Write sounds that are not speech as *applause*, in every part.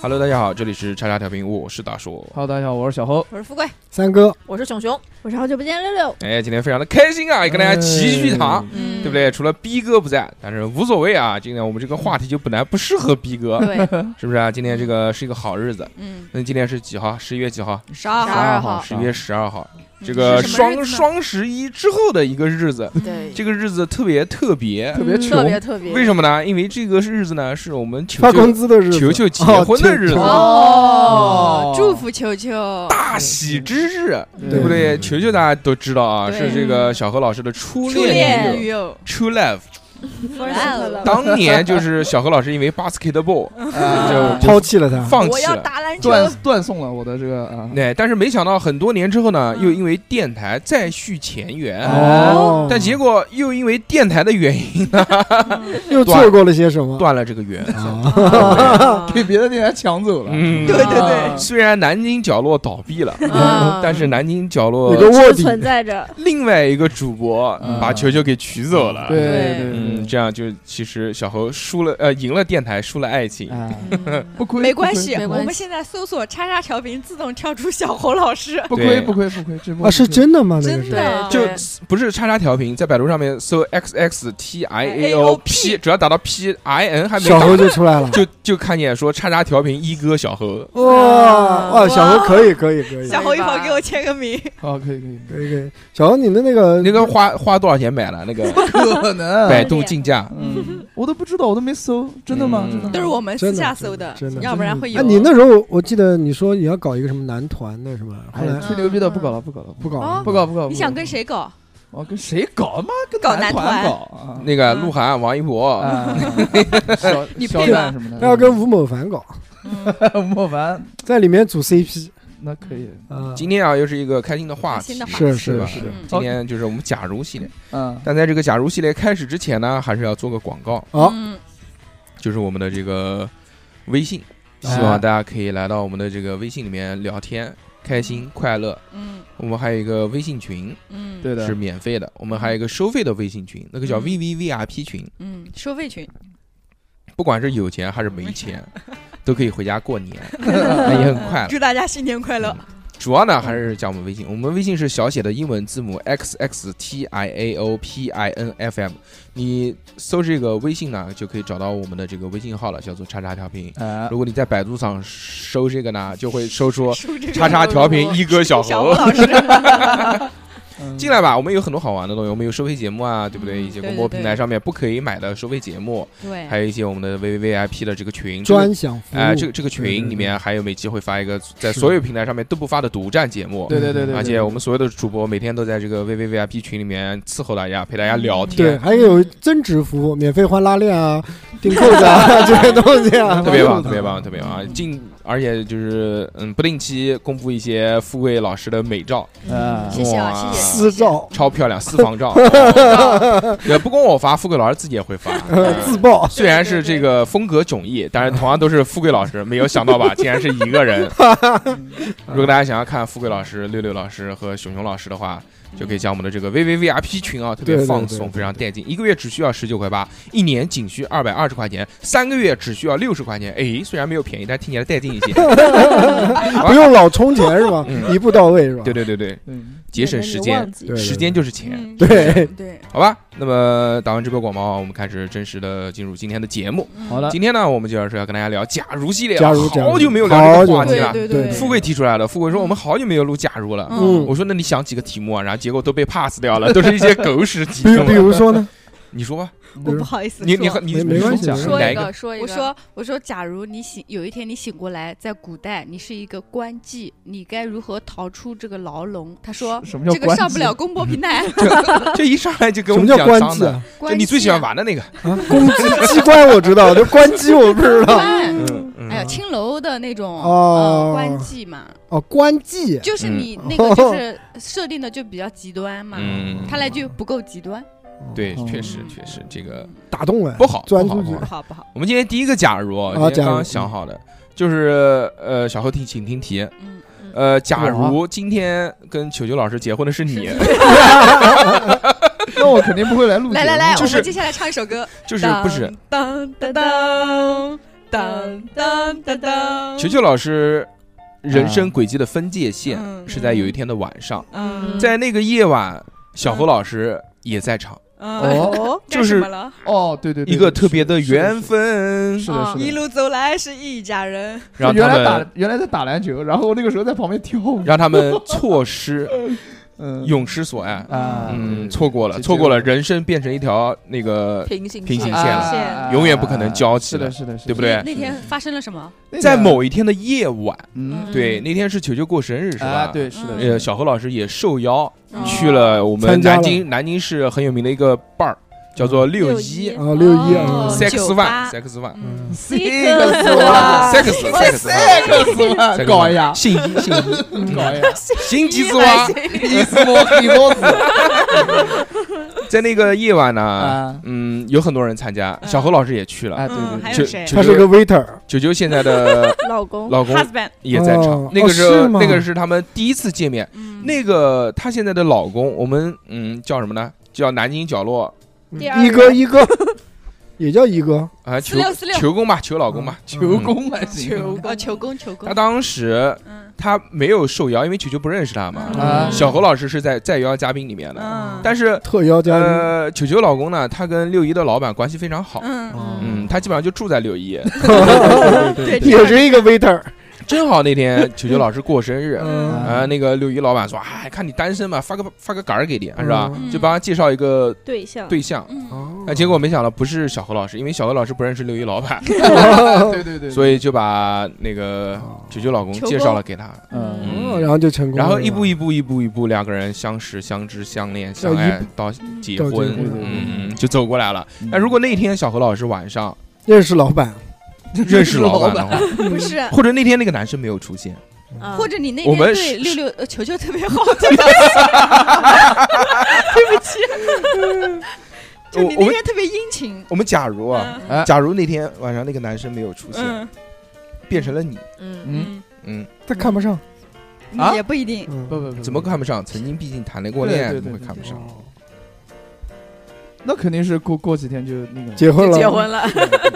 Hello，大家好，这里是叉叉调频，我是大硕。 Hello，大家好，我是小侯。我是富贵，三哥，我是熊熊，我是好久不见六六，哎，今天非常的开心啊，跟大家齐聚一堂，嗯对不？对？除了逼哥不在，但是无所谓啊。今天我们这个话题就本来不适合逼哥， *laughs* 对，是不是啊？今天这个是一个好日子。嗯，那今天是几号？十一月几号？十二十二号，号十一月十二号，嗯这个是什么日双子呢双十一之后的一个日子，对，这个日子特别特别。特别嗯穷特别特别，为什么呢？因为这个日子呢，是我们球发工球资的日子，球球结哦婚的日子球球哦哦，祝福球球，大喜之日，对对不对？球球大家都知道啊，对是这个小何老师的初初恋恋女女友友， ，True Love。我是快乐当年就是小何老师因为 basketball 啊就抛弃了他，放我弃要了。打篮球， *laughs* *laughs* 断断送了我的这个啊，对，但是没想到很多年之后呢，嗯又因为电台再续前缘，哦，但结果又因为电台的原因又错过了些什么？断了这个缘。啊，啊 *laughs* 被别的店员抢走了。嗯，对对对啊虽然南京角落倒闭了，啊但是南京角有落个卧只底，存在着，另外一个主播嗯把球球给取走了。对对嗯，对这样就其实小何输了，呃，赢了电台，输了爱情对，。啊，嗯不亏，没关系，没关系我们现在搜索“叉叉调频”，自动跳出小侯老师，不亏，不亏，不亏，直播啊，是真的吗？那个真是的就不是叉叉调频，在百度上面搜 x x t i a o p， AOP 只要打到 p i n 还没小打，猴就 *laughs* 出来了，就就看见说叉叉调频一哥小何，哇哇，小猴可以可以可以小侯一会儿给我签个名，啊，可以可以，可以可以，小猴你的那个那个花花多少钱买了那 *laughs* 个可百能，度竞价？嗯， *laughs* 我都不知道，我都没搜，真的吗？嗯真的吗都是我们私真的下搜的真的，要不然会有。啊，你那时候我记得你说你要搞一个什么男团的什么，后哎来吹牛逼的不搞了，不搞了，不搞了哦啊不搞，不搞。你想跟？谁搞？我跟谁搞？妈，跟搞男男团团搞啊！那个嗯鹿晗、王一博，嗯啊， *laughs* 小你小配吗段什么的，那要跟吴某凡搞，吴莫凡，在里面组 CP 那可以。啊，今天啊又是一个开心的话开心题的，话是是是吧是，嗯今天就是我们假如系列，嗯，但在这个假如系列开始之前呢，还是要做个广告，好嗯就是我们的这个微信，希望大家可以来到我们的这个微信里面聊天，开心快乐。嗯我们还有一个微信群嗯，对的 *laughs* 是，免费的，我们还有一个收费的微信群，那个叫嗯 VVVIP 群，嗯，收费群，不管是有钱还是没钱，都可以回家过年，那也很快乐。祝大家新年快乐！主要呢还是加我们微信，我们微信是小写的英文字母 x x t i a o p i n f m，你搜这个微信呢就可以找到我们的这个微信号了，叫做叉叉调频。哎啊如，果你在百度上搜这个呢，就会搜出收这个叉叉调频一哥小小猴侯。老师， *laughs* 嗯进来吧，我们有很多好玩的东西，我们有收费节目啊，对不对？嗯一些对公播对对哎平台上面不可以买的收费节目，对还有一些我们的 VVVIP 的这个群这个专享服务，哎、这个这个对群对里面还有每期会发一个在是所有平台上面都不发的独占节目，对对对对，而对且我们所有的主播每天都在这个 VVVIP 群里面伺候大家，陪大家聊对，天，还有增值服务，免费换拉链啊、订扣 *laughs* 子啊这些东西啊，特别棒，嗯特别棒，特别棒啊！进而且就是嗯，不定期公布一些富贵老师的美照，啊谢谢啊，哇谢谢 *laughs* 私照、超漂亮，私房照，哦也不光我发，富贵老师自己也会发。自曝，虽然是这个风格迥异，但是同样都是富贵老师，没有想到吧，竟然是一个人。如果大家想要看富贵老师、六六老师和熊熊老师的话，就可以加我们的这个 VVVIP 群啊，特别对对放对松，对非常带劲。一个月只需要十九块八，一年仅需二百二十块钱，三个月只需要六十块钱。哎，虽然没有便宜，但听起来带劲一些。不用老充钱是吧嗯？一步到位是吧对？对对对，嗯节省时间，对时间就是钱，嗯 *laughs* 对对，好吧？那么打完这波广告啊，我们开始正式的进入今天的节目。好的，今天呢，我们就是要跟大家聊假如系列了，呃假如假如好久没有聊这个话题对了。对对富贵提出来了，富贵说我们好久没有录假如了。嗯我说那你想几个题目啊？然后结果都被 pass 掉了，都是一些狗屎题 *laughs* 比目啊比。如说呢？你说吧，嗯我不好意思你你说你没你没关系讲说说哪一一个？个，说一个，我说我说，假如你醒有一天你醒过来，在古代你是一个官妓，你该如何逃出这个牢笼？他说什么叫这个关上不机了公播 *laughs* 平台，这一上来就给什我么们叫讲关脏机的，啊？就官你最喜欢妓啊玩的那个。啊， *laughs* 公鸡鸡关我知道，这关机我不知道。官。嗯哎呀，嗯，青楼的那种呃哦官妓嘛，哦，关机就是嗯你那个 *laughs* 就是设定的就比较极端嘛，嗯他来就不够极端，对，嗯确实确实这个打动了，不好嗯钻不好不出好去不。好不好，我们今天第一个假啊如，今天假刚如刚想好的就是呃，小何听请听题。嗯嗯，呃，假啊如今天跟球球老师结婚的是 *laughs* 你，那我肯定不会来录节目。来来来，就我是们接下来唱一首歌，就是不是？当当当当当当当当，球球老师人生轨迹的分界线嗯是在有一天的晚上，嗯，在那个夜晚，小侯老师也在场，嗯， *laughs* 哦干什么了？哦，对对，对一个特别的是的缘分。是的，是的，一是的路走来是一家人，让原他来们打原来在打篮球，然后那个时候在旁边跳舞，让他们错失嗯，永失所爱， *laughs* 啊，嗯，对错过了，这错过了，这人生变成一条那呃个平行平行线线了 *laughs* 啊永远不可能交集是了的，是的，是的对不对那天发生了什么？那个在某一天的夜晚，嗯对，那天是球球过生日是啊，吧？。对，是的，嗯是 *laughs* 呃，的小何老师也受邀嗯去了我们参加南了京南京市很有名的一个伴儿，叫做六一六啊，六一啊嗯哦，嗯 Sex 酒 One 吧 Sex One *laughs* 嗯，six 啊 Sex Sex One 死了，搞一下，信一 *laughs* 信一搞一下，心机之蛙，一死一 *laughs* 摸死在那个夜晚呢，啊，嗯，有很多人参加，嗯小何老师也去了，哎，对嗯对还对，有九谁九啊他是个 waiter，九九现在的老公，老公 husband，也在场哦，那个时候哦是吗那个是他们第一次见面，嗯，那个她现在的老公，我们嗯叫什么呢？叫南京角落第二嗯一哥一哥，也叫一哥，啊，四求六四六，嗯求公吧，求老公吧。球工还求行，公 *laughs* 哦，求公求公他，当时嗯他没有受邀，因为球球不认识他嘛。啊小侯老师是在在邀嘉宾里面的，嗯，但是特邀嘉宾。呃，球球老公呢，他跟六一的老板关系非常好。嗯，嗯，他基本上就住在六一， *laughs* 对，也是一个 waiter，正好那天球球老师过生日，嗯啊，那个六一老板说，哎，看你单身嘛，发个发个杆儿给你，是吧？嗯就帮他介绍一个对象，对象，嗯哦哎那结果没想到不是小何老师，因为小何老师不认识六一老板，对对对，Oh. 所以就把那个九九老公介绍了给他，嗯，嗯哦然后就成功了，然后一步一步一步一步，两个人相识、相知、相恋、相爱到结到结婚婚对对，对嗯，就走过来了。那如果那天小何老师晚上 *laughs* 认识老板，认识老板的话，不是，或者那天那个男生没有出现，嗯啊或者你那嗯我天们对是六六呃球球特别好，就我你我那们天特别殷勤，我们假如啊，嗯哎假如那天晚上那个男生没有出现，嗯变成了你，嗯，嗯，嗯，嗯，他看不上，啊也不一定，嗯不不不，怎么看不上？曾经毕竟谈恋过恋爱，对对怎么对会看不上？哦那肯定是过过几天就那个结婚了，结婚了，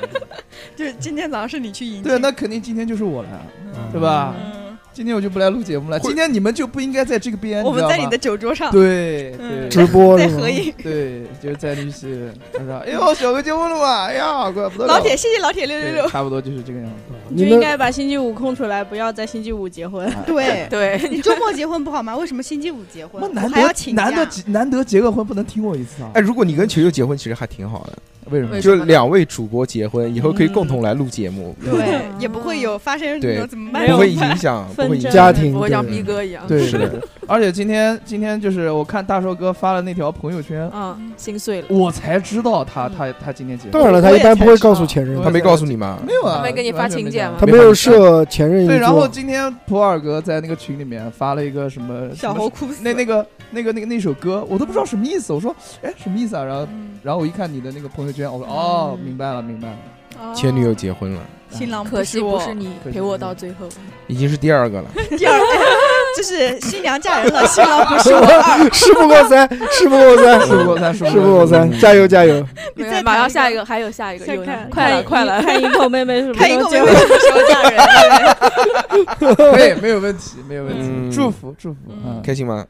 *laughs* 就是今天早上是你去迎接，对，那肯定今天就是我了，嗯对吧？嗯，今天我就不来录节目了，会今天你们就不应该在这个边，我们知道在吗你的酒桌上，对嗯对直播在是吗合影，对，就是在那些，他说：“哎呦，小哥结婚了嘛？哎呀，怪不得了老铁，谢谢老铁六六对六，差不多就是这个样子。你你就应们该把星期五空出来，不要在星期五结嗯婚。对。对，你周末结婚不好吗？为什么星期五结婚妈，？难我还要得请难假得。结难得结个婚，不能听我一次啊哎，？如果你跟球球结婚，其实还挺好的。为什么为？什就么呢两位主播结婚以后可以共同来录节目，嗯对，也不会有发生对那种怎么办？不会影响，不纷会影争响。家庭不会像对逼哥 *laughs* 一样，对，是的对。对而且今天今天就是我看大寿哥发了那条朋友圈，嗯，心碎了。我才知道他他他今天结当婚。然了，他一般不会告诉前任我也，他没告诉你吗？没有啊，他没给你发完全请没柬讲吗他没有设前任一对，然后 *laughs* 座，今天普洱哥在那个群里面发了一个什么小猴猴哭死，那那个那个那个那首歌，我都不知道什么意思。我说，哎，什么意思啊？然后嗯然后我一看你的那个朋友圈，我说哦，明白了，明白了。前女友结婚了，新郎哦可惜不我是你可惜陪我到最后，已经是第二个了。第二， *laughs* 就是新娘嫁人了，新郎不是我二，事不过三，事不过三， *laughs* 事不过三，事事不过嗯三，加油加油！你没再有马谈上一下个一个，还有下一个，再有呢看快了，快了，看一口妹妹什么看一时个没候结 *laughs* 有婚？什么时候嫁 *laughs* 人，可以，没有问题，没有问嗯题。祝福祝福，啊嗯，开心吗？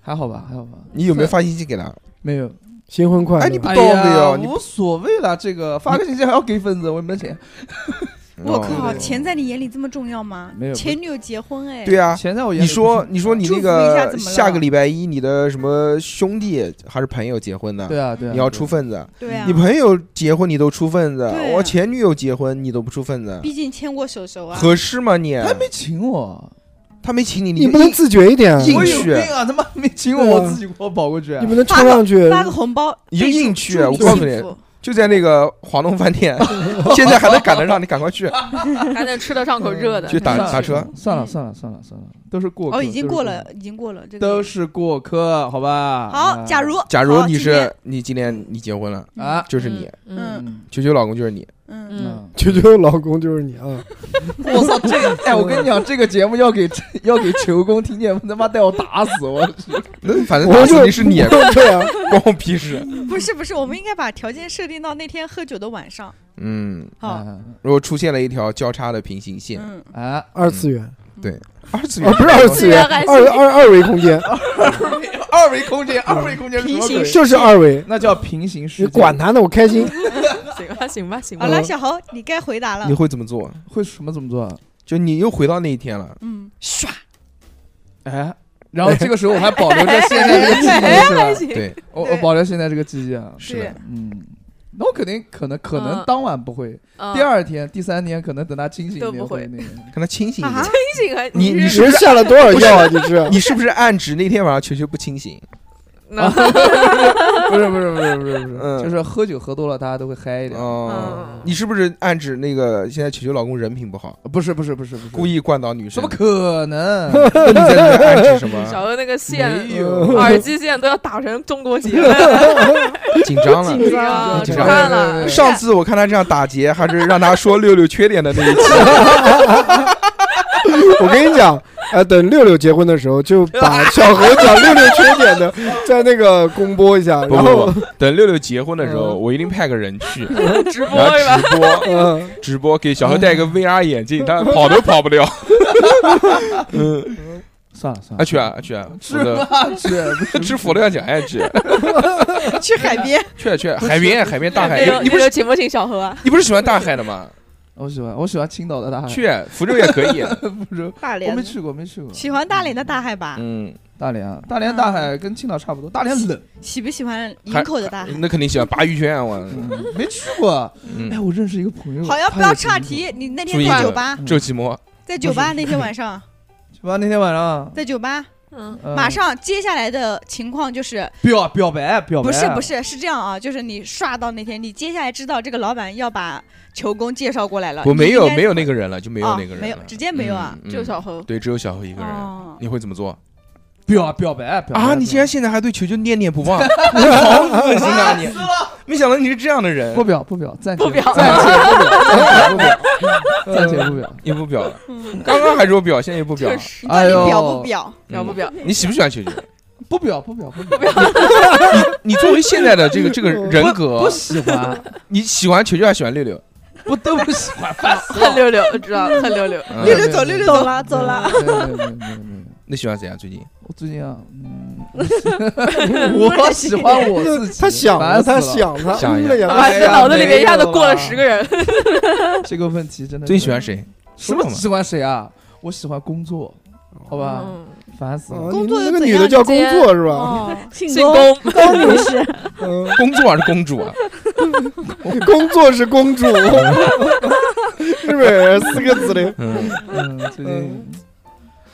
还好吧，还好吧。你有没有发信息给他？没有？新婚快哎，乐你！不哎到位呀哦，你无所谓了，这个发个信息还要给粉丝，我也没钱。我哦靠，钱在你眼里这么重要吗没有？前女友结婚哎，对啊。钱在我眼里你不重要。说，你说你那祝福一下个怎么了下个礼拜一，你的什么兄弟还是朋友结婚呢？对啊对啊，你要对啊出。份子。对啊你，朋友结婚你都出份子对，啊我前女友结婚你都不出份子，毕竟牵过手手啊，合适吗你？他没请我，他没请你，你就不能硬自觉一点，硬我去有病啊！他妈没请我，对啊我自己给我跑过去。你不能冲上去，发个红包，你就呃硬去啊祝我你告诉幸你福就在那个华东饭店，现在还能赶得上，你赶快去，还能吃得上口热的去。打打车。算了算了算了算了，都是过客。哦，已经都是客过了，已经过了这都个。是过客，好吧？好，嗯假如啊假如好你今天是你今天你结婚了，啊，就是你嗯，嗯球球老公就是你，嗯，嗯，嗯，求求老公就是你啊！我操，这个哎，我跟你 *laughs* 讲，这个节目要给要给球工听见，他妈带我打死我！那反正我打就死你是你， *laughs* 嗯对啊，关我屁事。 *laughs* 不是不是，我们应该把条件设定到那天喝酒的晚上。嗯，好，如果出现了一条交叉的平行线，嗯，啊，二次元二次啊，元不是二次元，还行二二二维空间二维空间，二维空间是什么平鬼？就是二维，那叫平行世你界。管他呢，我开心。行 *laughs* 吧，行吧，行好吧。了，小豪，你该回答了你。会怎么做？会什么怎么做？啊就你又回到那一天了，嗯，唰，哎，然后这个时候我还保留着现在这个记忆，是吧？对，我我保留现在这个记忆啊。是的，嗯，那我肯定可能可能嗯当晚不会，嗯第二天、第三天可能等他清醒一都点不会那个。看他清醒一啊点。，清醒还你你你是不是是下了多少药啊？你是你是不是暗指那天晚上球球不清醒？*laughs* 那不是不是不是不是不是，嗯就是喝酒喝多了，大家都会嗨一点。哦，嗯你是不是暗指那个现在球球老公人品不好，不是不是不是不是，故意灌倒女怎生么？可能？那你在那边暗指什么？ *laughs* 小欧那个线，没有耳机线都要打成中国结了，紧张了。紧啊张，紧出张汗了。上次我看他这样打结，还是让他说六六缺点的那一期，我跟你讲，呃，等六六结婚的时候，就把小何讲六六缺 *laughs* 点的，在那个公播一下， *laughs* 不然后不不，等六六结婚的时候，嗯我一定派个人去，直播然后是吧？直播嗯，直播给小何戴个 VR 眼镜，他跑都跑不了。嗯，算了算啊了，去啊啊去啊，是我的吧？ *laughs* 是 *laughs* 吃佛都要讲哎去去海边。去啊去啊海边海边大海，没有哎你你不没是有请不请小何啊？你不是喜欢大海的吗？我喜欢我喜欢青岛的大海，去啊福州也可以。不是 *laughs* 大我连没，去过没去过喜欢大连的大海吧？嗯，大连啊，大连大嗯海跟青岛差不多，大连冷，喜不喜欢还营口的大海？那肯定喜欢鲅鱼圈啊我。嗯没去过。哎，嗯，我认识一个朋友，好像不他要也是岔营口，题。你那注天意在了酒吧，周奇墨，在酒吧那天晚上，是吧？那天晚上，啊在酒 *laughs* 吧，嗯，嗯马上接下来的情况就是，表表白表白，不是不，是是这样啊，就是你刷到那天，你接下来知道这个老板要把球工介绍过来了。我没有没有有那个人了，就没有那个人了，没有直接没有啊。嗯，嗯就小何，对，只有小何一个人。啊哦，你会怎么做表表白表白啊？你竟然现在还对球球念念不 *laughs* 忘，你好恶心啊你！没想到你是这样的人不，表不表，暂且不表暂且不表，暂且不表，暂且不表。也不表了。嗯刚刚还说表，现在也不表确了。实你到哎底呦，表不表？表不 *laughs* 表？你喜不喜欢球 *laughs* 球？不表不表不表，你作为现在的这个这个人格不，喜欢，你喜欢球球还是喜欢六六？我都不喜欢，烦死恨了。六六，我知道恨六六。嗯六溜走溜溜走了走了，没有没有没有没有没有，那喜欢谁啊？最近我最近啊，嗯， *laughs* 我喜欢我自己。他想烦了，死了他想了，想一下嗯了呀，哇，哎这呀脑子里面一下子没有过了啦十个人，这个问题真的是最近喜欢谁？什么喜欢谁啊？我喜欢工作，好吧，嗯，烦死啊了。你工作那又个怎女的样叫直工接作是吧？哦，庆姓功龚，龚女士，嗯，公主还是公主啊？工作是公主，日本人四个字的， *laughs* 嗯，嗯，最近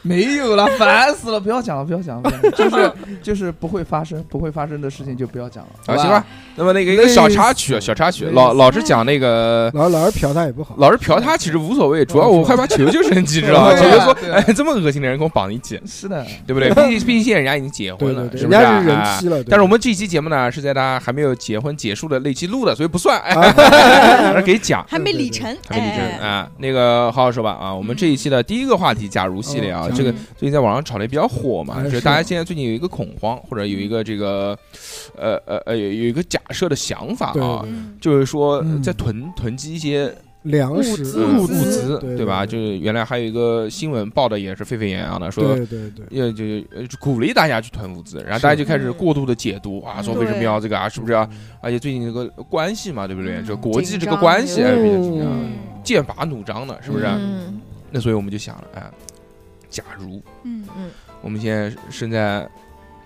没有了，烦死了！不要讲了，不要讲了，不要讲了就是就是不会发生，不会发生的事情就不要讲了，好吧行吧。那么那个一个小插曲，啊小插曲，老老是讲那个。老老是瞟他也不好。老是瞟他其实无所谓，主要我害怕球球生气，知道吧？球对啊球说对：“啊哎，这么恶心的人跟我绑一起，是的，对不对？毕竟毕竟现在人家已经结对婚对了，对，是人不是家啊？是人哎妻了。对但是我们这一期节目呢，是在大家还没有结婚结束的那期录的，所以不算，啊哎， *laughs* 给讲。还没理成，还没理哎真啊，那个好好说吧啊，我们这一期的第一个话题，假如系列啊嗯，这个嗯最近在网上炒的比较火嘛，哎就是是大家现在最近有一个恐慌，或者有一个这个，呃呃呃，有有一个假设的想法对啊对，嗯就是说嗯在囤囤积一些啊粮哎物食资物资资，对对吧？对就是原来还有一个新闻报的也是沸沸扬扬的，说对对对，要就呃就鼓励大家去囤物资，然后大家就开始过度的解读啊，说为什么要这个啊，是不是要？而且最近这个关系嘛，对不对？嗯这个国际紧这个张关系还是比较紧张，嗯剑拔弩张的，是不是？啊嗯那所以我们就想了，哎，假如嗯我们现在身在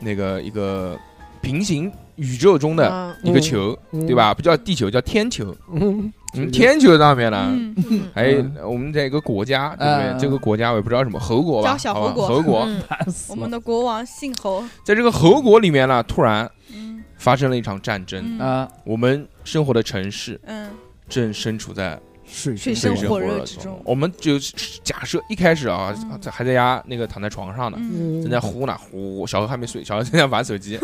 那个一个平行宇宙中的嗯一个球，嗯对？吧？不叫地球，叫天球。嗯，嗯，是天球上面呢，嗯，嗯还有嗯哎我们在一个国家，对不嗯对？这个国家我也不知道什么侯国吧，叫小好吧侯国侯国，嗯烦死我了们的国王姓侯，在这个侯国里面呢，突然嗯发生了一场战争，嗯啊！我们生活的城市嗯，正身处在水水水深深火热热之中我们就是假设一开始啊，在还在家那个躺在床上呢，嗯正在呼呢呼，小何还没睡，小何正在玩手机，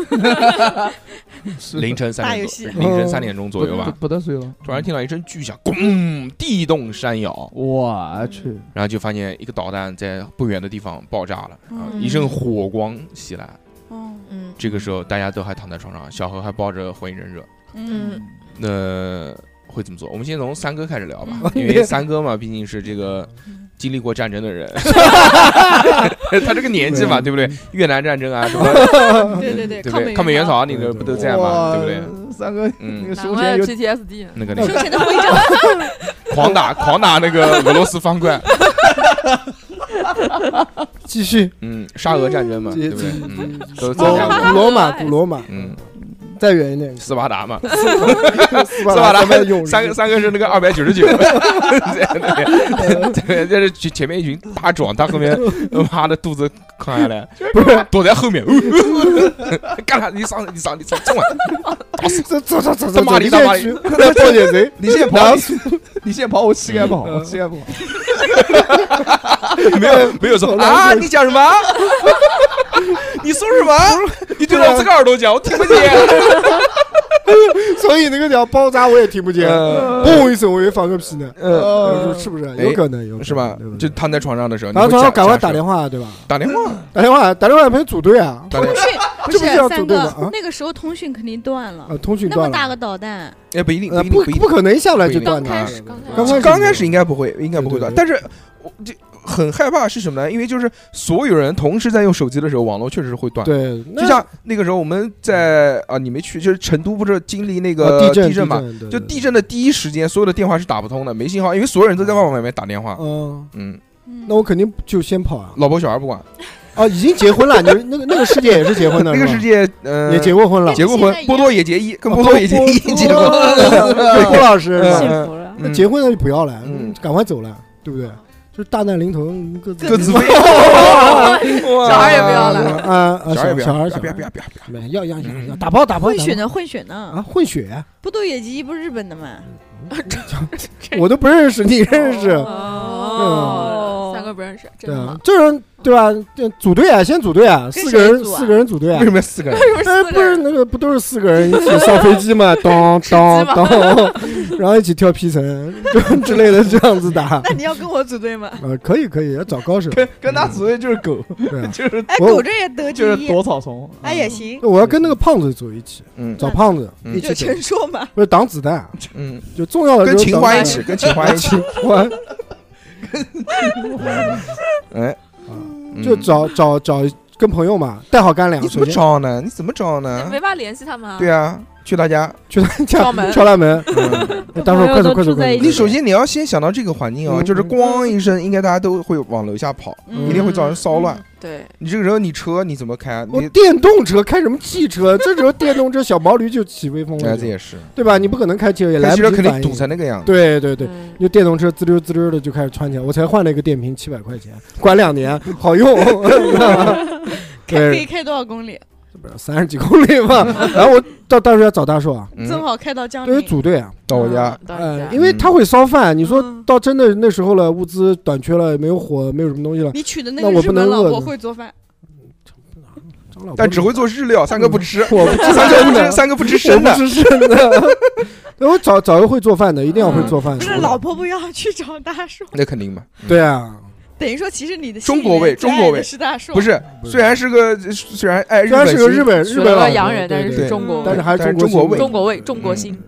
凌晨三打点游多，戏凌晨三点钟左右吧，不得睡了。突然听到一声巨响，咣，地动山摇，我去，然后就发现一个导弹在不远的地方爆炸了，啊，嗯一阵火光袭来。哦，嗯这个时候大家都还躺在床上，小何还抱着火影忍者，嗯，那会怎么做？我们先从三哥开始聊吧，嗯因为三哥嘛，毕竟是这个经历过战争的 *laughs* 人，他这个年纪嘛，对不对？越南战争啊，什么嗯对对对对，不对？抗美美援援朝啊，你这不都在嘛，对不对？对？三哥，嗯那个胸前难怪有 GTSD，那个那胸个前的徽章， *laughs* 狂打狂打那个俄罗斯方块，继续，嗯，沙俄战争嘛，对继不对续？嗯，继都续参加 *laughs* 过，古罗马，古罗马，嗯，再远一点，斯巴达嘛，斯斯巴达咱们勇士三个三个是那个二百九 *laughs* 十九，在那边，对，这是前面一群大壮，他后面妈的肚子扛下来，不是，躲在后面， *laughs* 干啥？你上你上你上中啊！这走走走他走，妈的你他妈的去， *laughs* 快报警谁？你先跑，你先跑，我膝盖不好，嗯我膝盖不好。没哎有没有说啊！你讲什么？ *laughs* 你说什么？你对我这个耳朵讲，我听不见。所以那个叫包扎我也听不见，呃嘣一声我以为放个屁呢，呃，呃是不是？有可能，有可 *laughs* 能是吧对不？就对躺在床上的时候，然后你会他假要赶快打假电话，对吧？设打电话，打电话，打电话陪组队啊，打 *laughs* 电话。不这是不是要组三队吗？哥啊，那个时候通讯肯定断了啊，，通讯那么断大了，个导弹，哎，不一定，不呃一定，不不一定不。可能一下来就断刚的开啊，始刚开刚始开始刚开始应该不会，应该不会断对但对。对是我这很害怕是什么呢？因为就是所有人同时在用手机的时候，网络确实会断。对，那就像那个时候我们在啊，你没去，就是成都不是经历那啊个地震震嘛？，对就地，震的第一时间，所有的电话是打不通的，没信号，因为所有人都在外面打电对话对。嗯，嗯，嗯那我肯定就先跑啊，老婆小孩不管，啊，已经结婚了，你们那个那个师姐也是结婚的， *laughs* 那个世是吧界，嗯，也结过婚了，啊结过婚现在，一样波多野结衣跟波多野结衣结过，对郭老师是吧嗯幸福了。那嗯结婚了就不要了嗯，赶快走了，对不对？就是大难临头各各自飞，飞， *laughs* 小小孩也不要了啊啊，小孩也小不要，小孩小不要孩不要不要不要，没要要要嗯要打包打包混血打呢？混血呢包？啊，混 *laughs* 血，不都野鸡不是日本的吗？我都不认识，你认哦识？哦，嗯三个不认识，对真啊好。，这人对吧？这组队啊，先组队啊，跟四个人谁组啊四个人组队啊为。什么要四个人？不但是是四不个是人，那个不都是四个人一起上飞机嘛？当当吗当，然后一起跳皮层就之类的这样子打。那你要跟我组队吗？呃，可以可以，要找 *laughs* 高手。啊跟跟他组队就是狗，对啊，就是哎，我狗这也得第就是一，躲草丛。哎也行，那我要跟那个胖子走一起，嗯找胖子嗯一有起走，陈硕嘛？不是挡子弹，嗯，就重要的跟时候秦挡淮一子起，弹跟秦淮一起， *laughs* 秦淮，哎，嗯就找找找跟朋友嘛，带好干粮你，怎首么先找呢？你怎么找呢？没法联系他们啊。对啊，去他家。嗯去他家敲门敲他门，跟待会儿朋友快走都快走住在快一走，起你首先你要先想到这个环境啊，嗯就是咣一声，应该大家都会往楼下跑，嗯一定会造成骚乱。对，你这个时候你车你怎么开啊？我你电动车开什么汽车？这时候电动车小毛驴就起微风哎，了这，也是，对吧？你不可能开汽车，也开来汽车不及肯定反堵应。成那个样子。对对对，嗯就电动车滋溜滋溜的就开始窜起来，我才换了一个电瓶，七百块钱，管两年，*laughs* 好用。开可以对，开多少公里？三十几公里 *laughs* 嘛。然后我到到时候要找大叔啊，嗯正好开到江对于宁。组队啊，到我家，嗯到你呃，家因为他会烧饭。你说啊嗯到真的那时候了，物资短缺了，没有火，没有什么东西了，你娶的那那个我日不能本老饿婆着会做饭，张老伯但只会做日料，三哥不吃，我不 *laughs* 吃三哥不吃，生的，三哥不吃我生不的。吃生的。 *laughs* 那我找找个会做饭的，一定要会做饭不的。是嗯老婆不要去找大叔，那肯定嘛，嗯对啊，等于说其实你的中心里国面味最中国爱的味是大叔，不是，不是虽然是个虽然哎，虽然是个日本本日娶本老了婆个洋人，但对是对中国但是味，还但是嗯中中国味中国味，中嗯国心。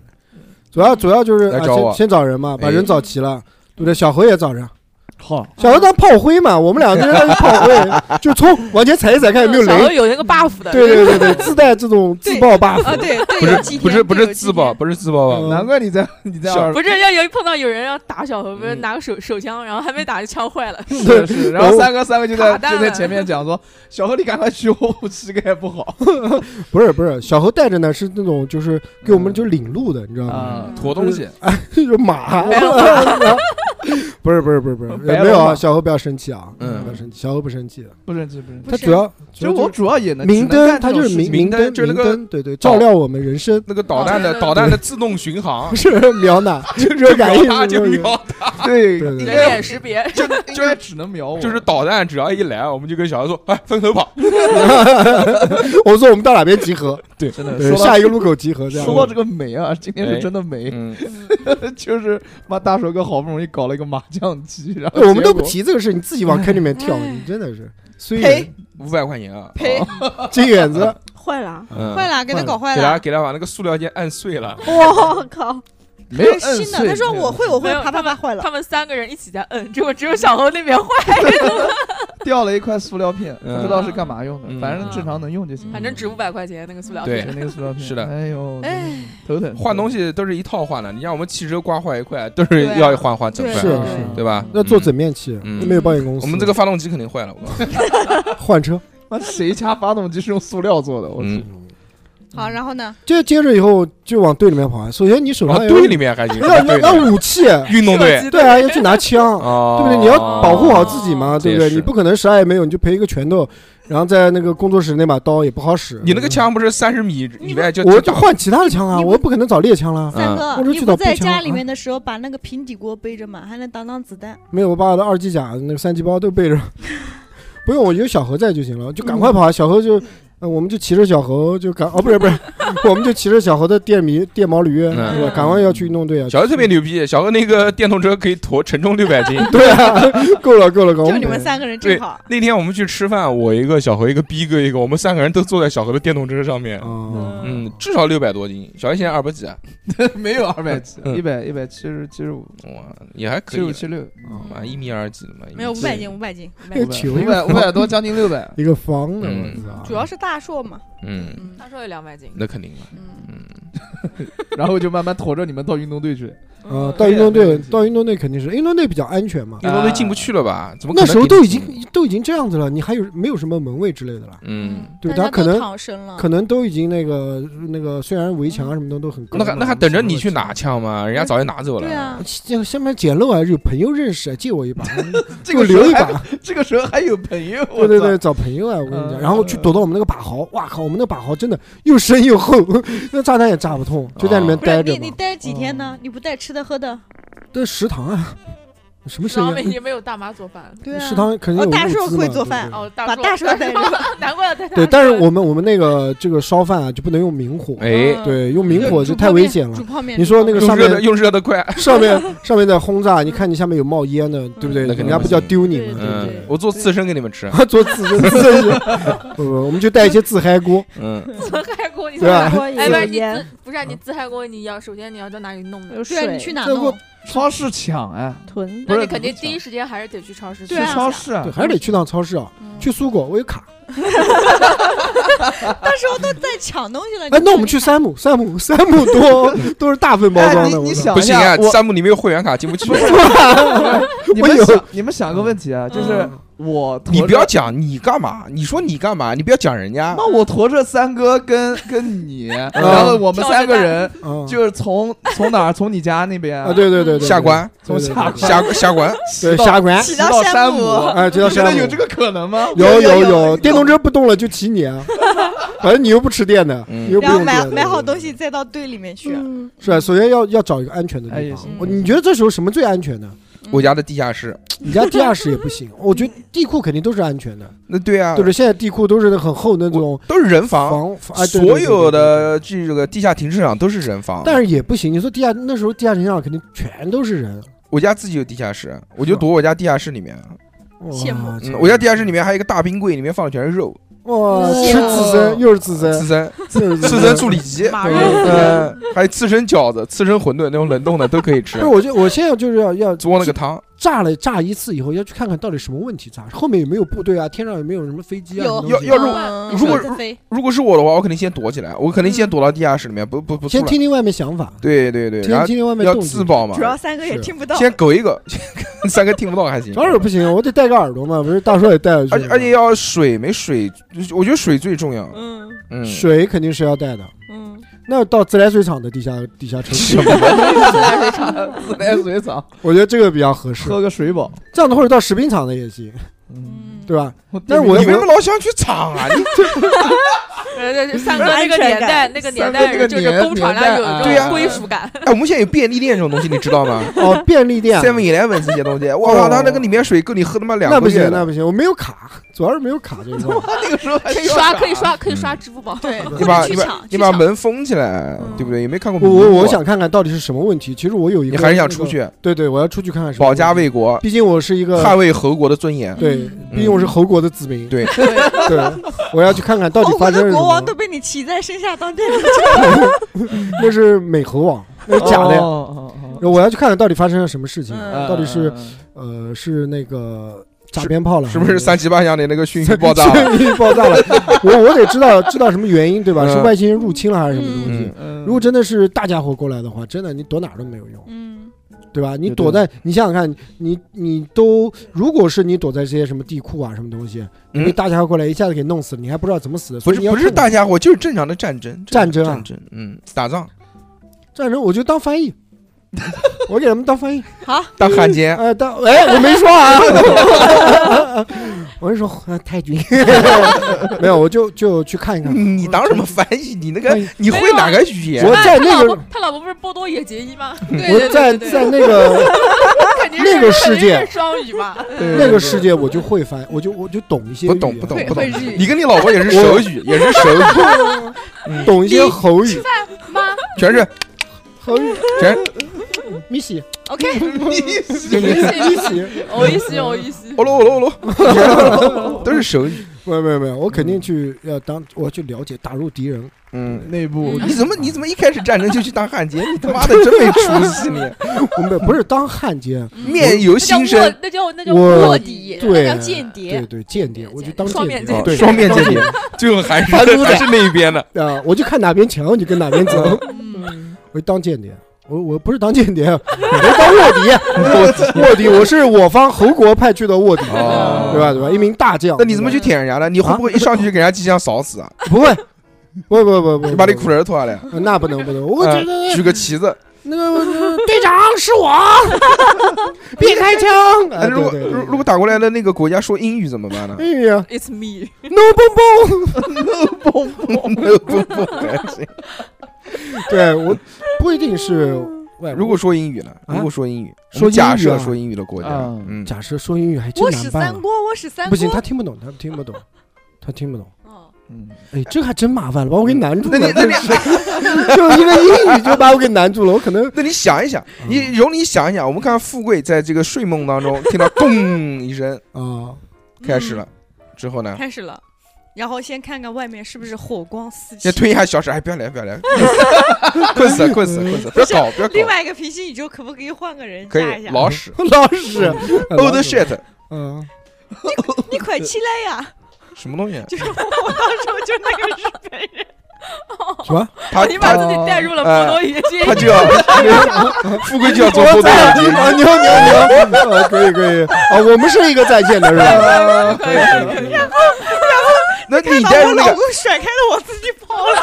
主要主要就是来啊找我先先找人嘛，把人找齐了，对不对？小何也找人，好，小何当炮灰嘛，我们俩就是当炮灰，就冲往前踩一踩，看有没有小时候雷。有那个 buff 的，对对对对，自带这种自爆 buff，啊，对对，不有是几不是天不对有是几自爆，天不是自爆嗯吧？难怪你在你在小二不是要有一碰到有人要打小何，不是拿个手手枪，然后还没打就枪坏了，是是，然后我三哥三哥就在卡蛋就在了前面讲说，小何你赶快去，我膝盖不好不是不是，小何带着呢是那种就是给啊嗯嗯 *laughs* 我们就领路的，你知道吗？啊。驮东西，就马， *laughs* 不是不是不是不是，白没有龙啊，嘛小何不要生气啊，嗯不要生气，小何不生气的，不生气不生气。他主要其实我就主要也能明灯，他就是明明情明灯灯，就是那明个灯，对对，照亮我们人生，那个导弹的哦导弹的自动巡 *laughs* 航不，是秒哪，热感秒应它就热感秒对对对应人该脸识别，应该只能瞄我，就是导弹只要一来，我们就跟小孩说，哎，分头跑。应。我说我们到哪边集合？ *laughs* 对，真的。对，说下到一个路口集合，这样。说到这个美啊，今天哎是真的美，嗯， *laughs* 就是妈大手哥好不容易搞了一个麻将机，然后哎我们都不结果提这个事，你自己往坑里面跳，哎你真的是。虽呸远五百块钱啊，呸，金远子，坏了，嗯，坏了，啊给他搞坏给他了。给他把那个塑料件按碎了，我靠，没有摁新的，碎他说没有我会，我会没，有啪啪啪坏了。他们三个人一起在摁，结果只有小猴那边坏，掉了一块塑料片，嗯不知道是干嘛用的，嗯反正正常能用就行。反正值五百块钱那个塑料对片。就那个塑料片，是的哎呦，哎，头疼。换东西，西都是一套换的，你让我们汽车刮坏一块，都是要换换整对块，是啊是对吧？那做整面器，嗯没有保险公司。我们这个发动机肯定坏了，我告诉你。换车，妈谁家发动机是用塑料做的？我去，嗯，好，然后呢？接接着以后就往队里面跑啊。首先你手然上后要队里面还行，要要队里面要 *laughs* 武器，运动队射击对啊，要去拿枪，哦，对不对？你要保护好自己嘛，哦对不这也对？是你不可能啥也没有，你就赔一个拳头，然后在那个工作室那把刀也不好使。你那个，枪不是三十米以外就我就就换其他的枪啊，你不我不可能找猎枪啦。三嗯哥，我就你知不道在步枪家里啊面的时候把那个平底锅背着嘛，还能挡挡子弹。没有，我把我的二机甲、那个三级包都备 *laughs* 着。不用，我有小何在就行了，嗯就赶快跑啊。小何就，呃我们就骑着小猴就赶，哦，不 *laughs* 是不是，我们就骑着小猴的电迷电毛驴，嗯对吧？赶快要去运动队啊。小何特别牛逼，小何那个电动车可以驮承重六百 *laughs* 斤。 *laughs* 对啊，够了够了够了。就你们三个人正好，那天我们去吃饭，我一个小何一个逼哥一个，我们三个人都坐在小何的电动车上面，啊，嗯，至少六百多斤。小何现在二百几啊，没有二百七，嗯一百一百七十七十五，哇，也还可七十以啊五了，七六，嗯妈哦一米二几了嘛，一米嗯没有七五百斤，五百斤，这个球五百五百多，将近六百。一个房的，嗯我操主要是大硕嘛。嗯，嗯他说有两百斤，那肯定了，嗯，嗯，然后就慢慢驮着你们到运动 *laughs* 队去。啊，嗯到运动没队问，题到运动队肯定是运动队比较安全嘛。运动队进不去了吧？怎么可那能时候都已进不去经都已经这样子了，你还有没有什么门卫之类的了？嗯。对大他家可都能躺身了，可能都已经那个那个，虽然围墙啊什么的都很嗯高那嘛，还那还等着你去拿枪吗？人家早就拿走了。对啊，这下面捡漏啊，有朋友认识，借我一把， *laughs* 这给我个留一时候还把。这个时候还有朋友，对对对，我操，找朋友啊，我跟你讲，嗯然后去躲到我们那个把壕，哇靠，我们那把壕真的又深又厚，那炸弹也炸不通，就在里面哦不是待你着你嘛。待几天呢？你不带吃的喝的？这食堂啊，什么食堂声没音也没有大妈做饭。对啊？啊食，堂肯定有哦大物硕资会嘛做对饭对哦，大把叔大硕带着， *laughs* 难怪他对，但是我们我们那个这个烧饭啊，就不能用明火，哎，对，用明就火煮就泡太危面险 *laughs* 了煮。泡面，你煮说泡那个面用上热面的用热的快。上面上面在轰炸，你看你下面有冒烟的，对不对？那肯定人家不不叫行丢你对吗？对对不嗯对，？我做刺身给你们吃。啊他 *laughs* 做自自自己， *laughs* 不不，我们就带一些自嗨锅，嗯，自嗨锅，*laughs* 你对啊 *laughs* 吧锅也哎，不有是你烟嗯自，不是你自嗨锅，你要首先你要到哪里弄呢？有对啊，水，你去哪这弄不？超市抢哎，囤不那是你肯定怎么第一时间还是得去超市去对啊超市啊对，，还是得去趟超市啊，嗯去苏果我有卡。那时候都在抢东西了。哎，你那我们去山姆，山 *laughs* 姆山姆多都是大份包哎装你的，我你操想不一行下啊，，我山姆你没有会员卡进不去。你我们有想你们想个问题啊，就是嗯我驮你着不要讲你干嘛，你说你干嘛，你不要讲人家。那我驮着三哥跟跟你，嗯然后我们三个人嗯就是从从哪儿从你家那边啊，对对对对，下 *laughs* 关，从对对对下对下下关，对下关， *laughs* 骑到山姆，哎，就到你觉山得姆有这个可能吗？有有有有，电动车不动了就骑你啊， *laughs* 反正你又不吃电的，嗯你又不然后用买电买好对东西再到队里面去。啊是吧？首先要要找一个安全的哎地也方行。我你觉得这时候什么最安全呢？我家的地下室。你家地下室也不行，我觉得地库肯定都是安 *laughs* 全的，那对啊，对不对？现在地库都是很厚那种都是人房，房，哎，对所有，的这个地下停车场都是人房。对对对对对但是也不行。你说地下那时候地下停车场肯定全都是人，我家自己有地下室，我就是吧躲我家地下室里啊面。哇羡慕操嗯，我家地下室里面还有一个大冰柜，里面放的全是肉，哇，羡吃慕刺身又是刺刺身，身、又是刺身处理机，马对肉，嗯，还有刺身饺子、刺身馄饨那种冷冻的都可以吃不是，。我就我现在就是要要做那个汤，炸了炸一次以后，要去看看到底什么问题炸，后面有没有部队啊，天上有没有什么飞机啊？有什么东西要是嗯如果在飞如果是我的话，我肯定先躲起来，我肯定先躲到地下室里面，不不不出嗯先来。听听外面想法，对对对，听然后听听外面要动自静。保嘛主，要三个也是听不到，先苟一苟，三个听不到还行当。然不行，我得戴个耳朵嘛，不是大叔也戴而耳且去，而且要水没水，我觉得水最重要。嗯嗯，水肯定是要带的。嗯，那到自来水厂的地下地下车库， *laughs* 自来水厂，自来水厂，我觉得这个比较合适。喝个水饱。这样的或者到食品厂的也行，嗯，对吧？但但是是我我你为什么老想去厂啊？你呃，对三哥那个年代，那个年代人就是工厂上有这种归属 *laughs* 感，哎，我们现在有便利店这种东西，你知道吗 *laughs* 哦，便利店啊， ？Seven Eleven 这些东西，我操，哦它那个里面水够你喝他妈两那不个行月，那的，不行，我没有卡，主要是没有卡这一块。 *laughs* *laughs* 那个时候还可以刷，可以刷。刷，可以刷支付宝。对，你或把者你去把抢，你去把抢。门封起来，嗯对不对？也没看过我民我国我想，看看到底是什么问题。其实我有一个，你还是想出？去对对，我要出去看看什么。保家，卫国，毕竟我是一捍个卫侯国的尊严。对，嗯毕竟我是侯国的子民。对 *laughs* 对，我要去看看到底哦发我生了的什国么王。都被你骑在身下当垫底，那是美猴王，那是假的。呀。哦哦我要去看看到底发生了什么事情，嗯到底是嗯呃是那个炸鞭炮了，是不是三七八乡里那个熏鱼还爆 *laughs* 炸了？是？是爆炸了，我我得知道知道什么原因对吧？嗯是外星人入侵了还是什么东西嗯？嗯如果真的是大家伙过来的话，真的你躲哪儿都没有用， *laughs* 嗯，对吧？你对躲在你想想看，你你都如果是你躲在这些什么地库啊什么东西，你被嗯，大家伙过来一下子给弄死了，你还不知道怎么死的。不所以是你要不是看大家伙，就是正常的战争，战正争啊常的战争，嗯，打仗，战争，我就 *laughs* 当翻译，我给他们当翻译。当汉奸，哎，当哎，我没 *laughs* 说啊，我是说呃太君，没有，我就就去看一看。你当什么翻译？你那个嗯哎你会哪个语言？我在他那老个婆， *laughs* 他老婆不是波多野结衣吗？我在在那个肯定那个世界双语嘛，那个世界，我就会翻，我就我就懂一些语不言，懂不懂会不懂会日，语你跟你老婆也是手语，也是手语，懂一些猴语，妈，全 *laughs* 是猴语全米西 OK 米西，我一西，我一西哦，喽哦喽哦 *laughs* 喽，都是手语。没有没有没有，我肯定去要当，我要去了解，打入敌人。 *laughs* 嗯， *laughs* 内部你怎么你怎么一开始战争就去当汉奸？你他妈的真没出 *laughs* 息你！我们不是当汉奸，面由那叫心卧生，，那哦叫那叫我卧底，对叫间谍对对间谍，我就当双间面谍哦间，*laughs* 对双面间谍，最后还是还反骨仔嗯是那一边 *laughs* 的。啊，我就看哪边强，我就跟哪边 *laughs* 走。我就当间谍，我我不是当间谍，我是当卧底，啊卧底，我是我方侯国派去的卧底，哦对吧？对吧？一名大将。那你怎么去舔人家呢？你会不啊会一上去就给人家机枪扫死啊？对吧 *laughs* 不会？不会不会不会不你会，把你裤。帘脱下来，那不能不能，我觉得呃举个旗子。那个那个队长是 *laughs* 我，别开枪！哎，哎，如对果对如对如果打过来的那个国家说英语怎么办呢？哎呀 It's me， ，no 蹦蹦， *laughs* 不不不哎还行 *laughs* 对我不一定 *laughs* 是外国。如果说英语呢？啊如果说英语，说英语啊假设说英语的国家，嗯嗯，假设说英语还真我难使办三啊，国，我使三不国。行，他听不懂，他听不懂，他听不懂。哦，嗯哎，这还真麻烦了，把我给难住那了。你那你 *laughs* 就因为英语就把我给难住了，我可能那你想一想，你容你想一想，我们看富贵在这个睡梦当中听到“咚”一声啊，开始了，之后呢，开始了，然后先看看外面是不是火光四起先。推一下小史，哎，不要来，不要来，困死了，困死了，困死了，不要搞，不要另搞，外一个平行宇宙可不可以换个人可加一以，下？老史 *laughs* 老师，old *laughs* shit，嗯，你快起来呀！ *laughs* 什么东西？就是我当时我就那个日本人，什么？他你把他自己带入了波多野结他衣，就要 *laughs* 富贵就要做波多野结啊，衣，牛牛牛， *laughs* 啊可以可以啊，我们是一个在线的 *laughs* 是吧？啊可以可以可以。那你带入我那老个，公甩开了我自己跑 *laughs* 了。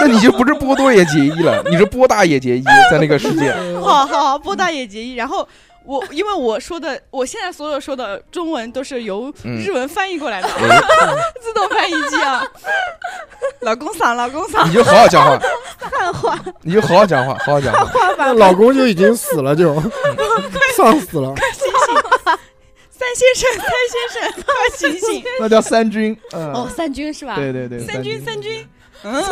那你就不是波多野结衣了，你是波大野结衣，在那个世界，好好好，波大野结衣。然后我因为我说的，我现在所有说的中文都是由嗯日文翻译过来的， *laughs* 自动翻译机啊。老公嗓，老公 *laughs* 嗓，你就好好讲话，你就好好讲话，好好讲话。那老公就已经死了，就丧死了，三先生，三先生，快醒醒！那叫三军。嗯哦，，三军是吧？对对对，三军，军三军。嗯，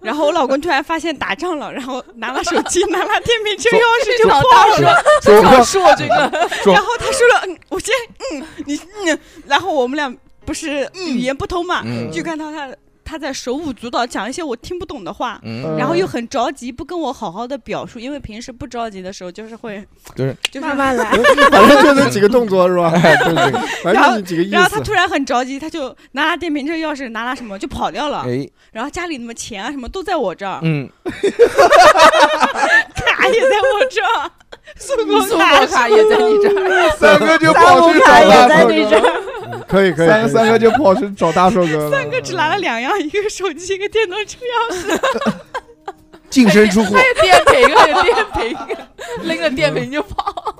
然后我老公突然发现打仗了，然后拿了手机，拿了电瓶车钥匙就场跑大了。说，这场是我这个，说然后他说了，嗯，我先，嗯，你，嗯，然后我们俩不是语言不通嘛，嗯就看到他他在手舞足蹈讲一些我听不懂的话，嗯，然后嗯又很着急，不跟我好好的表述，因为平时不着急的时候就是会，就是 *laughs* 就是慢。慢来。反正就那几个动作是吧？对对对，反正就那几个意然后他思。突然很着急，他就拿了电瓶车钥匙，拿了什么就跑掉了。哎，然后家里什么钱啊什么都在我这儿， *laughs* 嗯，卡也在我这儿，苏苏 *laughs* 国博卡卡也在你这儿，三哥就跑去找三大硕个在哥那种，嗯哦可以可以，三可个以三哥就跑去找大硕哥了。三哥只拿了两样，一个手机，一个电动车钥匙。净身出户，电瓶那个电瓶， *laughs* 拎着电瓶就跑。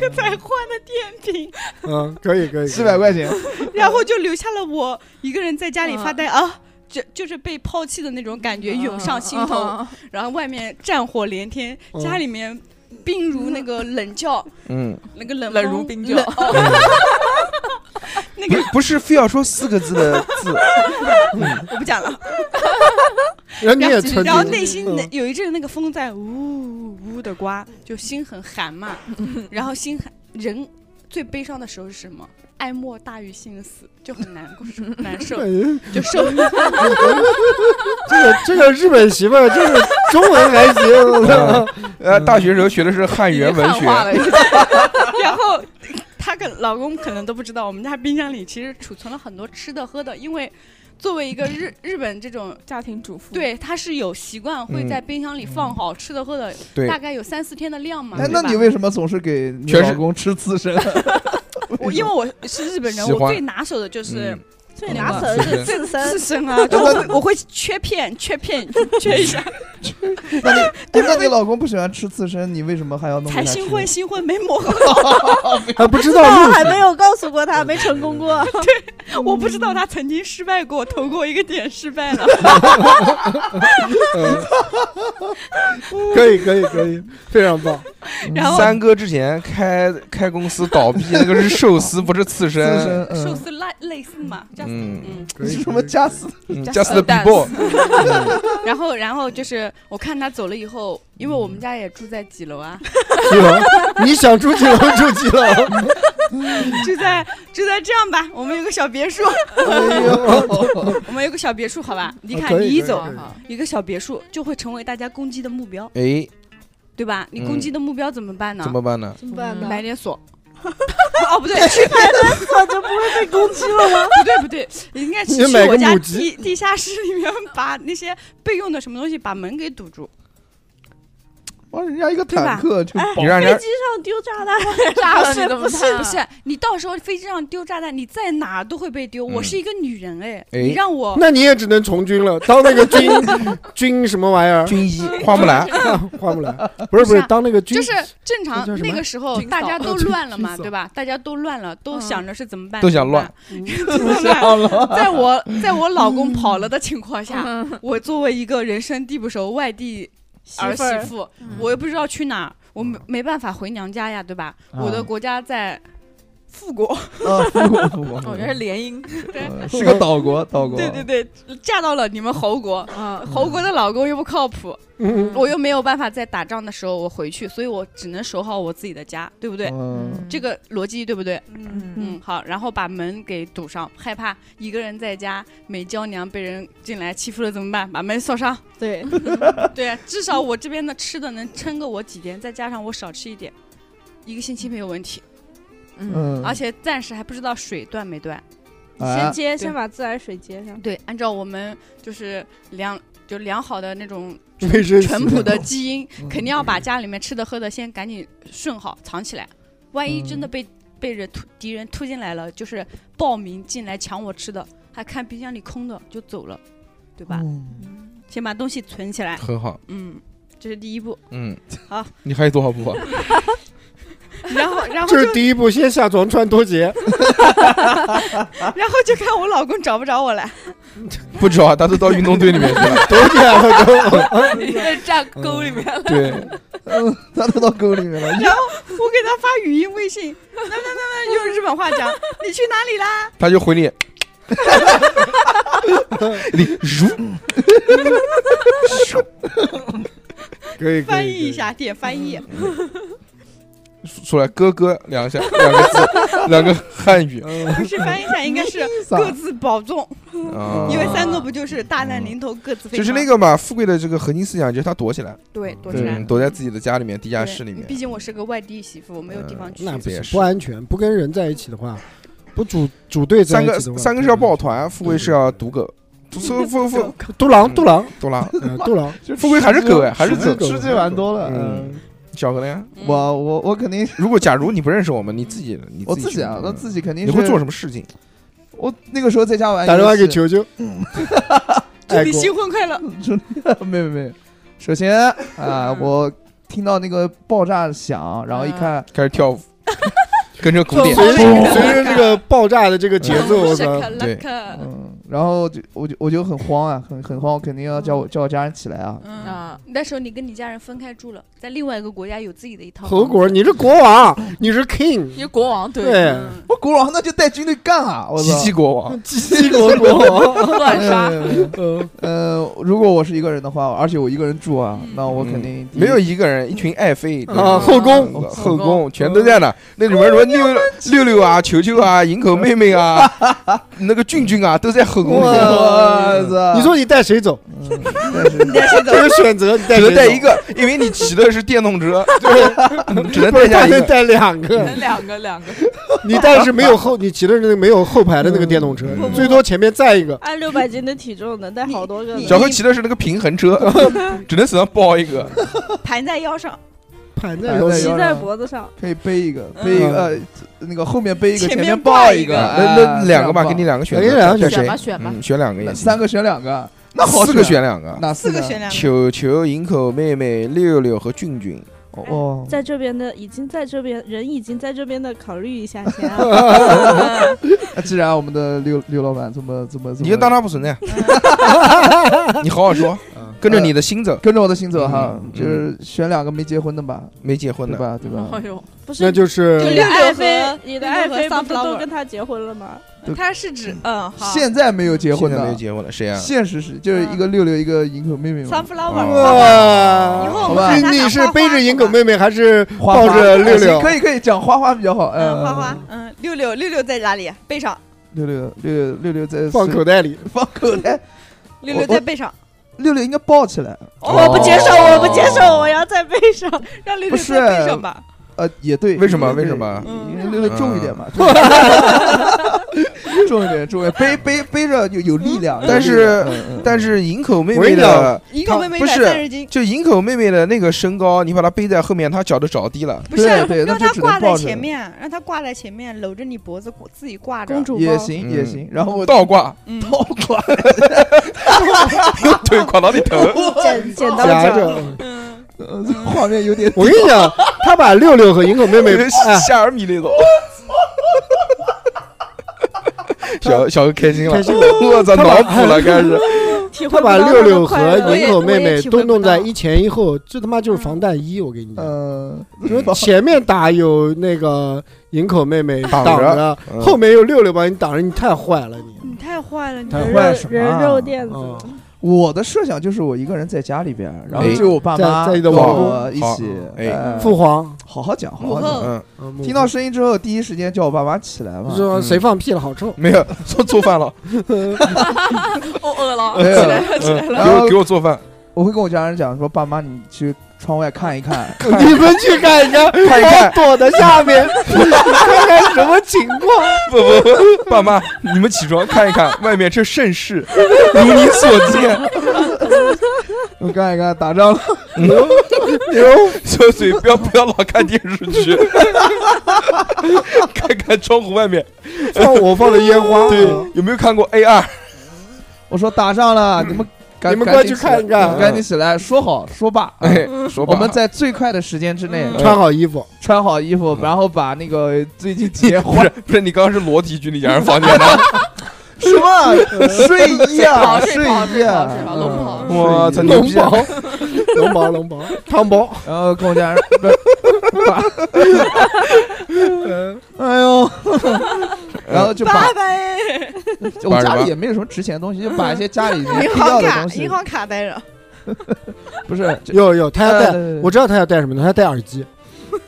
个才换的电瓶，嗯，可以可以，四百块钱，然后就留下了我一个人在家里发呆嗯啊。就就是被抛弃的那种感觉涌上心头，嗯，然后外面战火连天，嗯家里面冰如那个冷窖，嗯， *laughs* 那个冷冷风如冰窖冷哦那不个不是非要说四个字的字，我不讲 *laughs* 了。然后你也曾然后经，内心嗯那有一阵那个风在呜呜呜的刮，就心很寒嘛。嗯然后心寒，人最悲伤的时候是什么？爱莫大于心死，就很难过， *laughs* 难受，哎就受。这个哎这个日本媳妇儿就是中文还行，我操呃，大学时候学的是汉语言文学，了， *laughs* 然后她跟老公可能都不知道，我们家冰箱里其实储存了很多吃的喝的，因为作为一个日日本这种。家庭主妇，对，她是有习惯会在冰箱里放好吃的喝的，对大概有三四天的量嘛。哎，对那吧你为什么总是给你全是老公吃刺身？我因为我是日本人，喜我欢最拿手的就是嗯，最嗯拿手是的的是刺刺身，身啊，就我会我会切片切片 *laughs* 切一下，那你哎那你老公不喜欢吃刺身，你为什么还要弄给才他吃 *laughs* 新婚新婚没磨合，还不知道哦那我路还没有告诉过他，没成功过。我不知道他曾经失败过，投过一个点失败了。可以可以可以，非常棒。然后三哥之前开开公司倒闭，那个是寿司，不是刺刺身。身？寿 *laughs* 嗯，司类类似嘛，这样子嗯嗯，可以是什么加死？嗯加，just the 鸡蛋 people，然后然后就是我看他走了以后，因为我们家也住在几楼 *laughs* 啊，几楼？你想住几楼住几楼？住在住在这样吧，我们有个小别 *laughs* 墅，哎 *laughs* 呦，我们有个小别墅，好吧？你啊看可以你一可以走可以，一个小别墅就会成为大家攻击的目标，哎，对吧？嗯你攻击的目标怎么办呢怎？么办呢？怎么办办呢 *laughs* 呢？买点 *laughs* 锁。哦，不对，去那就不会被攻击了吗？不对 *laughs* 不对，你应该你去去买个我家母地地下室里面把那些备用的什么东西把门给堵 *laughs* 住。哇，人家一个对吧哎坦克就爆你让飞人机上丢炸弹，炸了不你是怎么不办是啊？不 *laughs* 是，你到时候飞机上丢炸弹，你在哪儿都会被丢。嗯我是一个女人哎，哎你让我那你也只能从军了，当那 *laughs* 个军军什么玩意儿？军医花木兰，花木兰不是不是不是啊当那个军就是正常那叫什么那个时候军大家嫂都军乱了嘛，军嫂对吧？大家都乱了，都嗯想着是怎么办，都怎想么乱办。 *laughs* 在 *laughs* 在我在我老公跑了的情况下，嗯我作为一个人生地不熟外地儿媳妇，我又不知道去哪儿，我没没办法回娘家呀，对吧？我的啊国家在富国，啊！复古复古，哦，原来是联姻呃是个岛国，岛国。对对对，嫁到了你们侯国。啊，侯国的老公又不靠谱，嗯我又没有办法在打仗的时候我回去，所以我只能守好我自己的家，对不对？嗯，这个逻辑对不对？嗯，嗯，好，然后把门给堵上，害怕一个人在家没娇娘被人进来欺负了怎么办？把门锁上。对， *laughs* 对啊，至少我这边的吃的能撑个我几天，再加上我少吃一点，一个星期没有问题。嗯，嗯，而且暂时还不知道水断没断。先哎接，先把自来水接上。对，按照我们就是良就良好的那种嗯卫生习惯淳朴的基因，嗯肯定要把家里面吃的喝的先赶紧顺好藏起来，万一真的被、被人突敌人突进来了，就是暴民进来抢我吃的，还看冰箱里空的就走了，对吧？嗯先把东西存起来，很好，嗯，这是第一步。嗯，好，你还有多少步啊？然后然后这是第一步，先下床穿拖鞋。然后就看我老公找不找我来。不止啊，他都到运动队里面去 *laughs* 了。多远了都？你在站沟里面了，对，嗯，他都到沟里面了，我给他发语音微信，那那那那用日本话讲，你去哪里啦？他就回你， *laughs* 你如可以翻译一，下，点翻译。出来咯咯两 *laughs* 下两个字，两个汉语可以可以嗯不是翻译一 *laughs* 下，应该 *laughs* 是啥各自保重，嗯啊，因为三个不就是大难临头各自飞就吗？是那个嘛，富贵的这个核心思想就是他躲起来，对，躲起来嗯，。躲在自己的家里面、地下室里面对毕。竟我是个外地媳妇，我没有地方去。那不也行，是不安全，不跟人在一起的话，不组组队在三一个起的话，三个是要抱团，富贵是要赌狗，嗯富富嗯富独狼，独狼，懂了？ *laughs* 呃，独狼，富贵还是狗哎，还是狗狗？吃这碗多了。嗯啊嗯，小何呢？嗯我我我肯定，如果假如你不认识我们，你自己你我自己啊，去嗯我自己肯定你会做么？什么事情？我那个时候在哎家玩游嗯戏，*laughs* 打电话给球球，爱祝你哎国新婚快乐！没有没有，首先啊，我听到那个爆炸响，然后一看，开始跳 *laughs* 舞，跟着鼓点随。着随着这个爆炸的这个节奏，我操！对嗯，然后就我就我就很慌啊，很很慌，我肯定要叫我叫我家人起来啊。嗯，啊，那时候你跟你家人分开住了，在另外一个国家有自己的一套。侯果，，你是国王，你是 *laughs* king，因为国王对对，嗯，我国王那就带军队干啊！我吉操吉！国王，七国国王，乱刷，嗯嗯，呃，如果我是一个人的话，而且我一个人住啊，那我肯定没有一个人，一群爱妃啊，后后宫宫后宫全都在那，那里面什么六六六啊、球球啊、营口妹妹啊、那个俊俊啊，都在后宫里面。我操！呃你说你带谁走？嗯，但是这个选择，你带只谁能走带一，个，因为你骑的是电动车，对，只能不带是下他一能个。带两个，两个两个， *laughs* 你带的是没有后，你骑的是那个没有后排的那个电动车，嗯最多前面载一个。按六百斤的体重能带好多个呢小何骑的是那个平衡车，只能手上抱一个。盘在腰上，盘在在腰腰骑上上，在脖子上，可以背一个，背一个，呃那个后面背一个，前面面抱抱一个。个那哎那两个吧，这样抱给你两个选择，给你两个带选选谁吧？选吧，嗯，选两个也那行三个选两个，那好四个，选两个。哪四个个选两个。球球、营口、妹妹、六六和俊俊，哦，在这边的已经在这边人已经在这边的，考虑一下先啊。那既然我们的刘刘老板这么这么，这么你就当他不存在，嗯你好好说，跟着你的心走。跟着我的心走哈嗯，就是选两个没结婚的吧，没结婚对的，吧？对吧哎？呦，不是，那就你是的六六爱和妃，你的爱六妃六和不是 sunflower 都跟他结婚了吗？他是指嗯 *laughs* 好嗯现在没有结现婚在没有的，结婚了，谁啊？现实是就是一个六六，一个营口妹妹嘛， sunflower，哇以后好我吧们喊你他你是花花背着银狗妹妹还是花抱着六六？可以可以讲花花比较好，嗯嗯，花花，嗯六六六六在哪里？背上，六六六六六六在 *laughs* 放口袋里，放 *laughs* 口袋，六六我在背上。六六应该抱起来，哦我不接受，我不接受，我要在背上。让六不六是在背上吧。呃，也对，为什么也对为什么嗯因嗯为六六重一点嘛，重一 *laughs* 点重一点，重一点，背背背着有有力量，嗯但是哦但是是营口妹我跟妹你的讲，一个妹妹一不百是三十斤，就营口妹妹的那个身高，你把她背在后面，她脚都着地了。不是啊对对让那她就只能挂在抱着前面，让她挂在前面，搂着你脖子挂自己挂着。公主也抱，行嗯也行，然后我倒挂，*laughs* 嗯，倒挂，用腿跨到你头。剪剪刀夹脚， *laughs* 着。嗯，呃这个画面有点我跟你讲，他把六六和银狗 *laughs* 妹妹，哎，夏尔米那 *laughs* 种。小小何开心了开心，我操，脑补了开始。 *laughs* 体他会不把到六那六种快和乐。银狗妹我也妹体都会不弄在到一前一后，这他妈就是防弹衣，我跟你讲。嗯，说前面打有那个营口妹妹挡挡着着，嗯后面有六六帮你挡着，你太坏了你。你太坏了，你太人坏肉什么啊人肉垫子，嗯我的设想就是我一个人在家里边，然后哎只有我爸妈在在你的跟网我一起，哎哎父皇，好好讲，好母好讲。后嗯，嗯听到声音之后，第一时间叫我爸妈起来嘛。说嗯谁放屁了，好 *laughs* 臭。没有做做饭了，我饿了，没有起来呃了起来了，嗯给然后我给我做饭。哎我会跟我家人讲说，爸妈你去窗外看一看，你们去看一 *laughs* 看，看一看 *laughs* 我躲在下面，看看什么情况。不不不，爸妈，你们起床看一看，外面这盛世，如你所见。我看一看打仗了。哎所以不要不要老看电视 *laughs* 剧，看看窗户外面。放我放的烟花，对，嗯有没有看过 A 二？我说打仗 *laughs* 了，你们赶你们赶紧快去起来看一看赶紧起来，说好说罢。哎，说吧，我们 *laughs* 在最快的时间之内嗯穿好衣服，穿好衣服，然后把那个最近结不婚是不是，你刚刚是裸体去你家人房 *laughs* 间的？什么睡衣啊，跑睡睡跑衣睡跑啊睡跑，龙跑嗯我操，牛龙逼！袍，龙袍，*laughs* 龙袍，汤包。然后跟我家人，不是把 *laughs* 哎呦，然后就把爸爸哎，我家里也没有什么值钱的东西，就把一些家里没银必要行的卡东西银，行卡带着，不是，就有有，他要呃戴，我知道他要戴什么呢？他要戴耳机。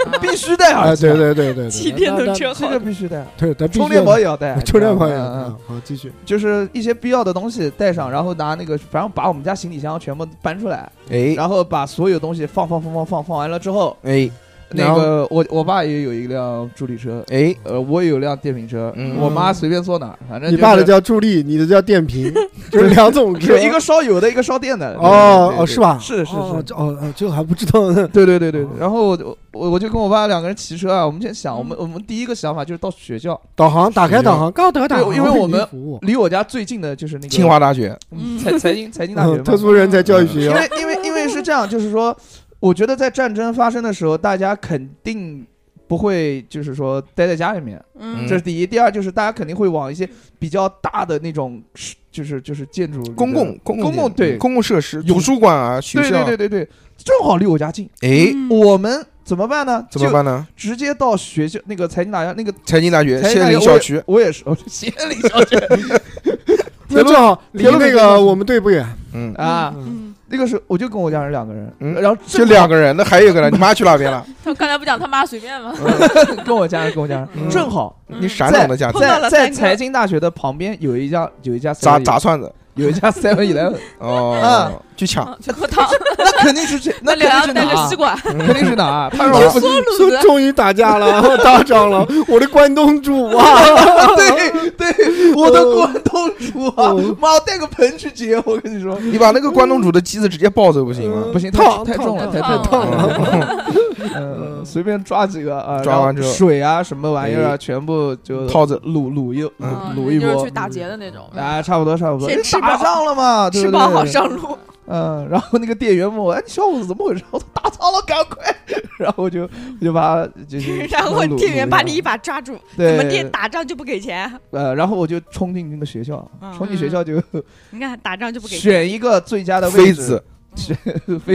*laughs* 必须戴啊，耳机，对对对对骑对，电动车这好个，必须戴，对，他必须充电宝也要戴， *laughs* 充电宝嗯也要嗯戴嗯，好，继续。就是一些必要的东西带上，然后拿那个，反正把我们家行李箱全部搬出来，哎然后把所有东西放放放放放放完了之后，哎那个我我爸也有一辆助力车，哎，呃，我有一辆电瓶车，嗯我妈随便坐哪儿，反正你就爸的是叫助力，你的叫 *laughs* 电瓶，就是两种车是。一个烧油的，一个烧电的。哦对对对哦，是哦吧？是是哦是，这哦哦，这个还不知道呢。对对对对。然后我就我我就跟我爸两个人骑车啊，我们先嗯想，我们我们第一个想法就是到学校，导航，打开导航，刚好打开导航，对因为我们为您服务离我家最近的就是那个清华大学，嗯财财经财经大学嗯嘛特。殊人才教育嗯学因校，为因为因为是这样，就是说，我觉得在战争发生的时候，大家肯定不会就是说待在家里面，嗯这是第一。第二就是大家肯定会往一些比较大的那种是，就是就是建筑公共公公共对公共设施、有图书馆啊、学对对校，对对对，正好离我家近，嗯哎，我们怎么办呢？怎么？办呢？直接到学校那个财经大学那个财经大学财经仙大学林我校也区，我也是，我是仙林小区那正好离铁路那个我们队不远，嗯，啊。嗯，那个时候我就跟我家人两个人，嗯然后就正两个人，那还有一个 *laughs* 人，你妈去哪边了？他刚才不讲他妈随便吗？好 *laughs* 跟我家人跟我家嗯人正好你啥党的家碰庭？到在了在三个财 *laughs* 经大学的旁边有一家有一家炸 7-Eleven 炸串子有一 *laughs* 家 Seven Eleven，哦，去抢去喝汤，那肯定是这，那那肯定脸上是带哪个啊吸？管，肯定是哪啊？他你说说不说说卤子，终于打架了， *laughs* 打仗了，我的关东煮啊！ *laughs* 对对，我的关东煮啊嗯！妈，我带个盆去接，我跟你说，你把那个关东煮的机子直接抱走不行吗嗯？不行，烫太太重了，烫太太烫重烫了。嗯，随便抓几个啊，抓然后完之后水啊什么玩意儿啊，全部就嗯套子卤卤一嗯卤嗯卤一就是波去，打劫的那种，啊，差不多差不多，先哎吃打饱仗了嘛，对吃不饱好对上路。嗯，然后那个店员问我：“哎，你小伙子怎么回事？”我说：“打仗了，赶快！” *laughs* 然后我就我就把他就是 *laughs* 然后弄店员弄把弄你一把抓住，对你们店打仗就不给钱， *laughs* 呃，然后我就冲进那个学校，冲进学校就你看打嗯仗就不给钱。选一个最佳的位妃置子，，妃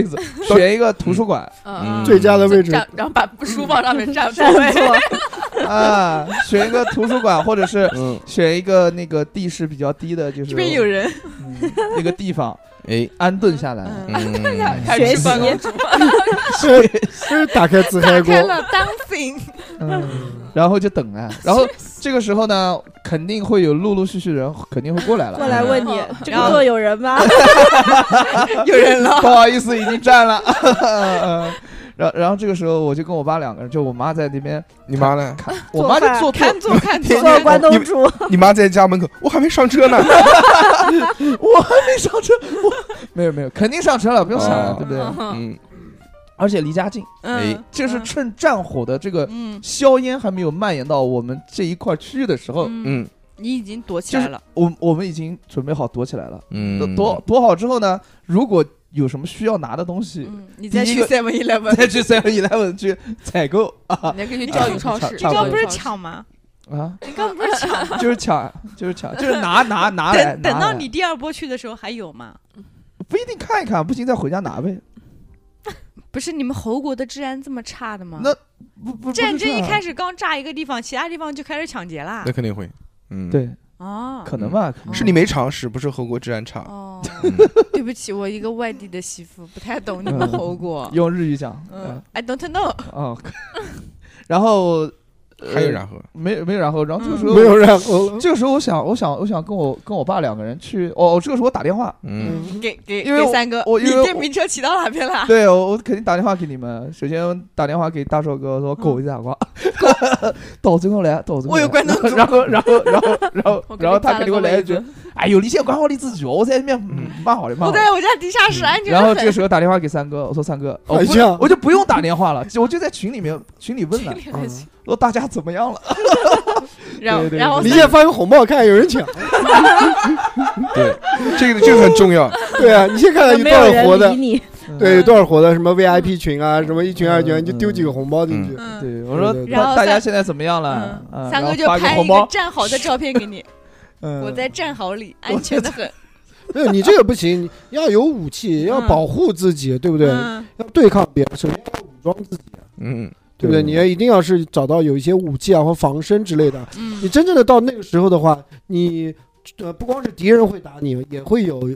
*laughs* 子选一个图书馆嗯最佳的位置 *laughs* 站，然后把书往上面站占座 *laughs* 位，座， *laughs* 啊，选一个图书馆，或者是嗯，选一个那个地势比较低的，就是这边有人嗯那个地方 *laughs* 哎，安顿下来。嗯嗯，开始学习办公桌，是是打开自嗨打锅开，了 dancing，嗯，然后就等啊，然后这个时候呢，肯定会有陆陆续续人肯定会过来了，过来问你嗯，这然个后座有人吗？有人了， *laughs* 不好意思，已经占了。 *laughs* 嗯然后然后这个时候我就跟我爸两个人，就我妈在那边你妈呢？看，我妈就做饭做 *laughs* 看坐看坐， *laughs* 做关你东们煮，你妈在家门口，我还没上车呢。我还没上车，我没有没有，肯定上车了，不用想了，哦对不对？ *laughs* 嗯，而且离家近，哎嗯，就是趁战火的这个嗯硝烟还没有蔓延到我们这一块区域的时候，嗯，嗯你已经躲起哦就是来了，我我们已经准备好躲起来了。嗯，躲躲好之后呢，如果有什么需要拿的东西，嗯，你再第一去个 Seven *laughs* Eleven，再去 Seven Eleven 去采购啊你还可以去教育超市，差这不多个这不个是抢吗？啊，你刚不是抢吗？就是抢，就是抢，就是拿拿拿来，等等拿到来你第二波去的时候还有吗？不一定看一看，不行再回家拿呗。不是你们侯国的治安这么差的吗？那不不啊战争一开始，始刚炸一个地方，其他地方就开始抢劫啦那。肯定会，嗯，，对， *laughs* 哦可能吧，可能是你没常识，不是后国治安差。哦，嗯对不起，我一个外地的媳妇不太嗯懂你们侯国。用日语讲，嗯，I don't know。嗯哦， *laughs* 然后嗯呃还有然后，没有没有然后，然后这个时候没有然后了。这个时候我想我想我想跟我跟我爸两个人去哦，这个时候我打电话，嗯， *laughs* 给给因为给三哥，我你因为电我瓶车骑到哪边 *laughs* *laughs* 了？对我我肯定打电话给你们，首先打电话给大寿哥说狗一下瓜， *laughs* 到最后来，到最后嗯我有关东煮然后然后然后然后我给然后你发他了肯定个会来一位句子，哎呦，你先管好你自己哦，我在那边嗯蛮好的蛮好我的。在我家地下室安全嗯然后的这个很。 *laughs* 时候打电话给三哥，我说三哥，我哎不呀我就不用打电话了，就我就在群里面群里问了，说大家怎么样了？然后对对然后你三现在发个红包，看看有人抢。对，这个这个很重要。对啊，你先看看有没多有少活人的，理你，嗯对，有多少活的，什么 VIP 群啊，什么一群二群，你就丢几个红包进去。嗯对，我说对对对大然后大家三现在怎么样了嗯？啊然三哥后就发个拍红一个包，战壕的照片给你，嗯我在战壕里，安全的很，没有，你这个不行，你要有武器，要嗯保护自己，对不对？嗯要对抗别人，首先要武装自己，啊嗯，对不对对？你要一定要是找到有一些武器啊或防身之类的。你嗯，真正的到那个时候的话，你呃不光是敌人会打你，也会有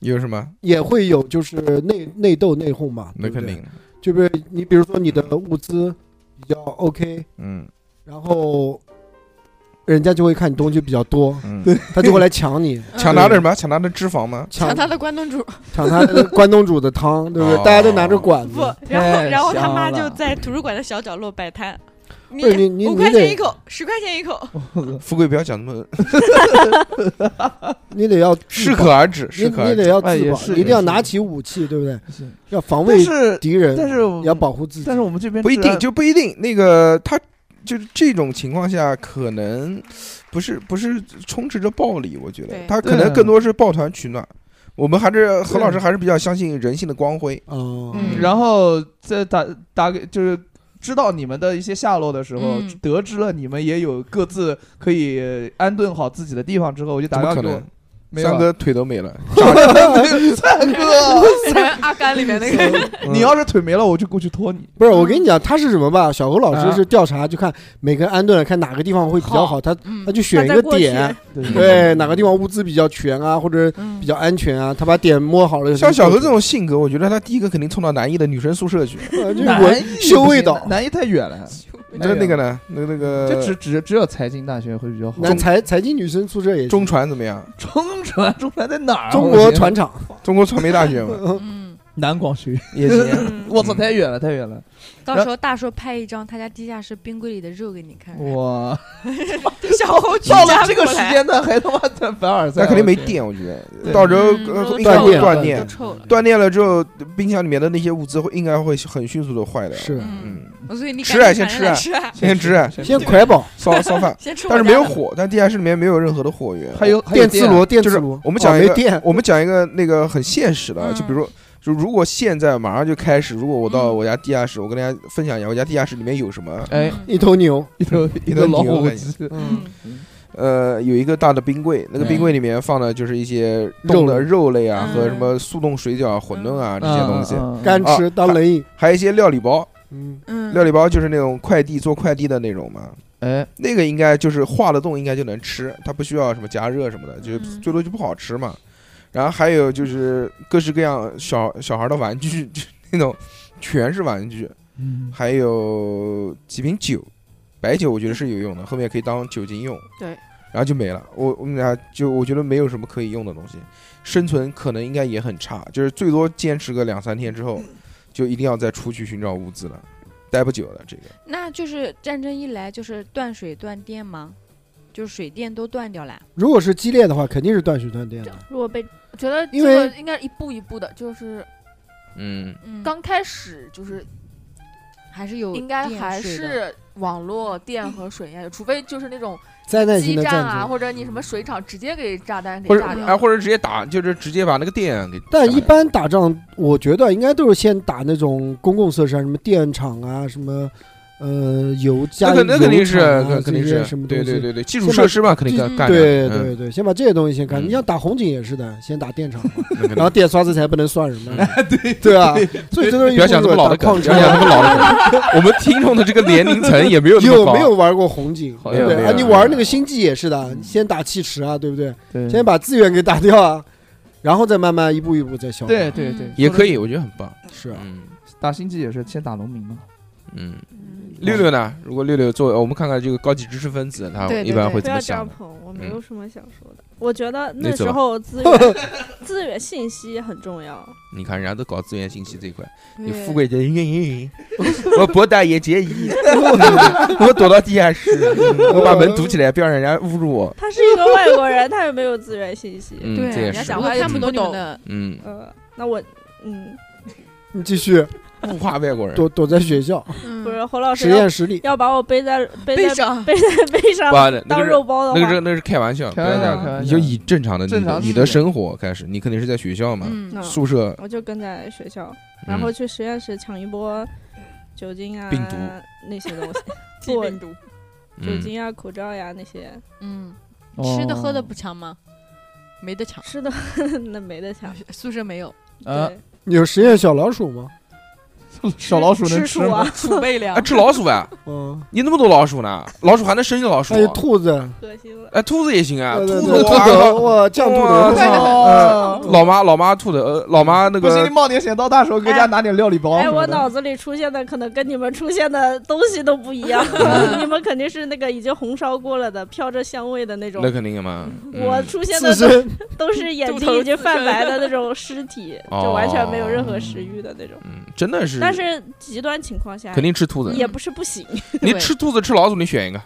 有什么？也会有就是内内斗内讧嘛，那对肯不对定。就是你比如说你的物资比较 OK，嗯然后人家就会看你东西比较多，嗯，他就会来抢 *laughs* 你，抢他的什么？抢他的脂肪吗？抢抢他的关东煮抢他的关东煮的汤，对不对？哦大家都拿着管不子，，然后然后他香妈了就在图书馆的小角落摆摊，你不是你你五你块得钱一口，十块钱一口，富贵不要讲那么，你得要 *laughs* 适自保可，而止，你适可而你止得。要哎自也保，是你一定也要是拿起武器，对不对？是要防但卫是敌人，但是也要保护自己但。是我们这边不一治定，安就不一定。那个他就是这种情况下，可能不是不是充斥着暴力，我觉得对他可能对更多是抱团取暖。我们还是何老师还是比较相信人性的光辉。哦，嗯，然后在打打给就是知道你们的一些下落的时候，嗯得知了你们也有各自可以安顿好自己的地方之后，我就怎打么电话可给我能？没有三啊，哥腿都没了， *laughs* 三哥，阿甘里面那 *laughs* 个你要是腿没了，我就过去拖你。不是我跟你讲，他是什么吧？小侯老啊师是调查，就看每个人安顿了，看哪个地方会比较好，他嗯他就选一那个再过去点，对对哪个地方物资比较全啊，或者比较安全啊，他把点摸好了。像小何这种性格，我觉得他第一个肯定冲到南艺的女生宿舍去。呃，就是南我艺修味道不行南艺太远了，那那个呃呢？那那就只个只只有财经大学会比较好。那财财经女生宿舍也是中传怎么样？中传中传在哪儿啊？中我国天船厂，中国传媒大学 *laughs* 嘛，嗯，南广学院，也行。 *laughs* 我操，太远了，太远了。到时候大叔拍一张他家地下室冰柜里的肉给你看。嗯哇，小猴举到家了这个过时来，间段还他妈在凡尔赛，那肯定没我天电，我觉得对到时候嗯呃都应该断会电断都电，臭了，断电了之后，冰箱里面的那些物资会应该会很迅速的坏掉。是嗯，所以你吃赶啊紧先喊吃人来啊吃啊，，先吃啊，先快保烧烧饭先吃我但家的。是没有火，但地下室里面没有任何的火源。还有还有啊电磁炉，电就磁是炉，我们哦讲一没个电，我们讲一个那个很现实的，啊就比如。就如果现在马上就开始，如果我到嗯我家地下室，我跟大家分享一下我家地下室里面有什么。哎一头牛，一头一头一头老牛虎感觉机，嗯，呃，有一个大的冰柜，那个嗯冰柜里面放的就是一些冻的肉类啊，嗯和什么速冻水饺啊、馄饨啊这些东西，嗯嗯嗯干吃当冷饮。还有一些料理包。嗯，嗯料理包就是那种快递做快递的那种嘛，哎，那个应该就是化了冻，应该就能吃，它不需要什么加热什么的，就嗯最多就不好吃嘛。然后还有就是各式各样小小孩的玩具， *laughs* 就那种全是玩具，嗯嗯还有几瓶酒，白酒我觉得是有用的，后面可以当酒精用。对，然后就没了。我我们俩就我觉得没有什么可以用的东西，生存可能应该也很差，就是最多坚持个两三天之后，就一定要再出去寻找物资了，待不久了这个。那就是战争一来就是断水断电嘛，就是水电都断掉了。如果是激烈的话，肯定是断水断电的。如果被我觉得这因为个应该是一步一步的，就是嗯，嗯，刚开始就是还是有应该电还水的是网络、电和水应该有，除非就是那 *laughs* 种灾难性基的站战啊，争，或者你什么水厂直接给炸弹或者给炸啊，掉。或者直接打，就是直接把那个电给。但一般打仗，我觉得应该都是先打那种公共设施，啊，什么电厂啊，什么呃油那加肯那肯定是，油厂啊那肯定这些是什么，东对西？对对对，基础先把设施嘛，肯定基干嗯干嗯对掉对对，先把这些东西先嗯干。你像打红警也是的，先打电厂嘛，嗯那肯定嗯然后电刷子才不能算什 *laughs* 么，对对吧？所以这都是不要想这么老的打梗，矿不车要。想这么老的梗。 *laughs* 我们听众的这个年龄层也没有那么 *laughs* 有高没有玩过红警？好对不没有嗯对没啊，有你没有玩那个星际也是的，先打气池啊，对不对？嗯对先把资源给打掉啊，然后再慢慢一步一步再消。对对对，也可以，我觉得很棒。是啊，嗯打星际也是先打农民嘛，嗯，六六呢？如果六六作为我们看看这个高级知识分子，他对对一般对会不怎要么这样想？捧，我嗯没有什么想说的。我觉得你那走时吧候资 *laughs* 源资源信息很重要。你看人家都搞资源信息这一块，你对富贵人愿意， *laughs* 我博大爷结义， *laughs* 我躲到地下室，我把门堵起来，不要让人家侮辱我。他是一个外国人，他又没有资源信息。嗯，对这也人家是讲我话看又不听懂不你们懂，的，嗯，呃，那我嗯，你继续物化外国人。躲躲在学校嗯不是侯老实师要验室里，要把我背在背背在上背在背上哇，那当个是肉包那的个话是，那是开玩笑，不开要玩这笑样开玩你就笑以正常的你正的常你思的维生活开始，你肯定是在学校嘛，嗯嗯宿舍我就跟在学校，嗯然后去实验室抢一波酒精啊、病毒那些 *laughs* 东西，疾病毒。酒嗯精啊、口罩呀、那些嗯，吃的哦喝的不抢吗？没 *laughs* 得抢，吃的 *laughs* 那没得抢。宿舍没有。啊，对，你有实验小老鼠吗？ *laughs* 小老鼠能吃吃树啊 *laughs* 吗？， *laughs* 储备啊，粮，吃老鼠啊？嗯，你那么多老鼠呢？老鼠还能生一个老鼠啊还？有哎兔子，恶心了。哎，兔子也行啊，对对兔对子兔哇 *laughs* 头，哇，酱兔哇头，塞哦 *laughs* 老妈老妈兔子，呃，老妈那不行，你个冒点险到大时候搁家拿点料理包哎，什么我的。脑子里出现的可能跟你们出现的东西都不一样，嗯你们肯定是那个已经红烧过了的，飘着香味的那种那。肯定嘛。嗯我出现自的都身都是眼猪头睛已经泛白的那种尸体， *laughs* 哦就完全没有任何食欲的那种。嗯，真的是，但是极端情况下肯定吃兔子。 *laughs* 也不是不行，你对吃兔子吃老鼠，你选一个，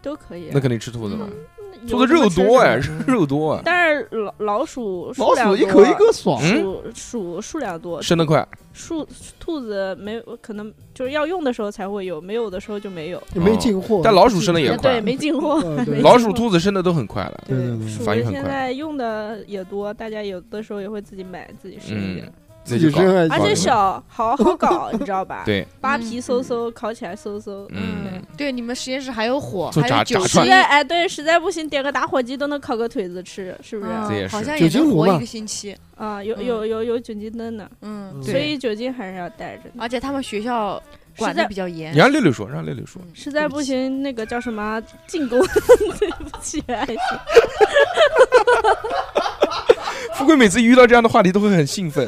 都可以。那肯定吃兔子嘛，嗯嗯有兔子什么肉吃多什哎，么 *laughs* 肉多哎，但是老老鼠数老量鼠一多口一个爽，嗯数数数量多，生得快，数兔子没有可能就是要用的时候才会有，没有的时候就没有。没进货。但老鼠生的也呃快对，，没进货。嗯对没老鼠、兔子生的都很快了。对对对鼠反应很现快在用的也多，大家有的时候也会自己买自己生一点，嗯那自就己搞生还而搞且定小好好搞，你知道吧？，对，扒皮嗖嗖，烤起来嗖嗖。嗯，对，你们实验室还有火，做还炸有酒炸精串实，在哎，对，实在不行点个打火机都能烤个腿子吃，是不是？这也嗯，好是像酒也精能炉活嘛一个星期。啊，有有有有酒精灯呢，嗯，对所以酒精还是要带着的。而且他们学校管实的在比较严你。让六六说，让六六说，嗯实在不，行，那个叫什么进攻，对不起，哎爱嗯情。富贵每次一遇到这样的话题都会很兴奋，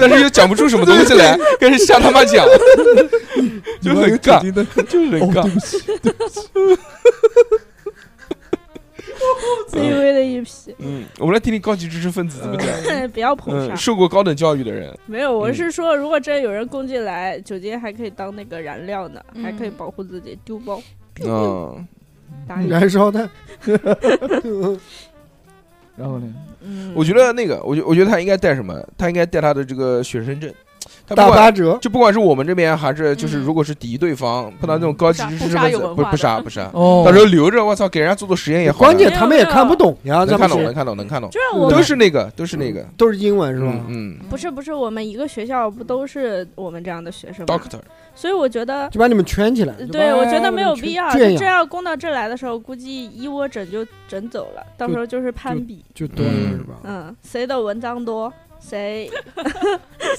但是又讲不出什么东西来，跟人瞎他妈讲， *laughs* 就很尬，的，就是很哦，尬。对不起， *laughs* 卑微的一批，嗯，我们来听听高级知识分子怎么讲。不要捧嗯，杀。受过高等教育的人，没有，我嗯是说，如果真有人攻进来，酒精还可以当那个燃料呢，还可以嗯保护自己，丢包嗯，打 *laughs* 你。燃烧弹，然后呢？嗯，我觉得那个，我觉我觉得他应该带什么？他应该带他的这个学生证，他不打管八折。就不管是我们这边还是就是，嗯如果是敌对方碰到那种高级嗯知不杀不识杀分子有，文不化不的杀不杀，哦到时候留着，我操，给人家做做实验也好玩。关键他们也看不懂呀，能咱看们懂，能是看懂，能看懂，就是我都们是那个，都是那个，都是英文是吧？嗯嗯不是不是，我们一个学校不都是我们这样的学生吗？ ，Doctor，所以我觉得，呃就把你们圈起来。就对把我觉得没有你们必要。圈就圈这养要攻到这来的时候，估计一窝整就整走了，到时候就是攀比，就多了是吧？嗯，谁的文章多，谁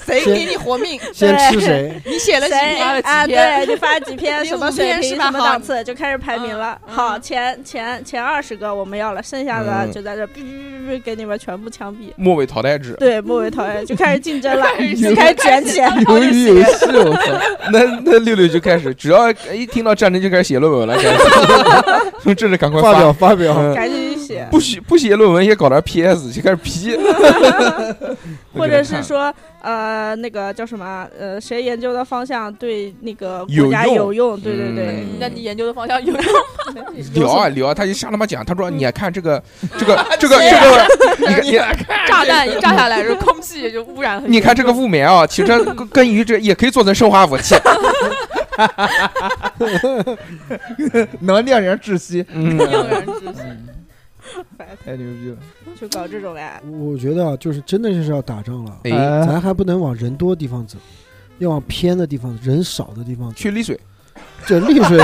谁给你活 *laughs* 命？先吃谁？你写了几谁篇？啊，几篇？ *laughs* 对，就发几篇你什么五水篇平是什吧么好档次，就开始排名了。嗯好，嗯，前前前二十个我们要了，剩下的嗯就在这哔哔哔哔给你们全部枪毙。末尾淘汰制，对，末 *laughs* 尾讨厌就开始竞争了就开始卷起 *laughs* 来。鱿鱼游戏，我操！那那六六就开始，只要一听到战争就开始写论文了，开始 *laughs* *laughs* 说这是赶快发表发表，嗯赶紧写，不写 *laughs* 不写论文也搞点 PS，就开始批，或者是说，呃，那个叫什么，呃，谁研究的方向对那个有国家用有用？对对对，嗯那你研究的方向有 *laughs* 聊啊聊啊，他就瞎他妈讲，他说你看这个这个这个这个，你看你炸弹一炸下来，这空气也就污染很严重。你看这个雾霾啊，其实跟跟鱼这也可以做成生化武器，能让人窒息，嗯，有人知道太牛逼了！就搞这种哎，我觉得啊，就是真的是要打仗了，哎，哎咱还不能往人多地方走，要往偏的地方、人少的地方走。去丽水这丽水，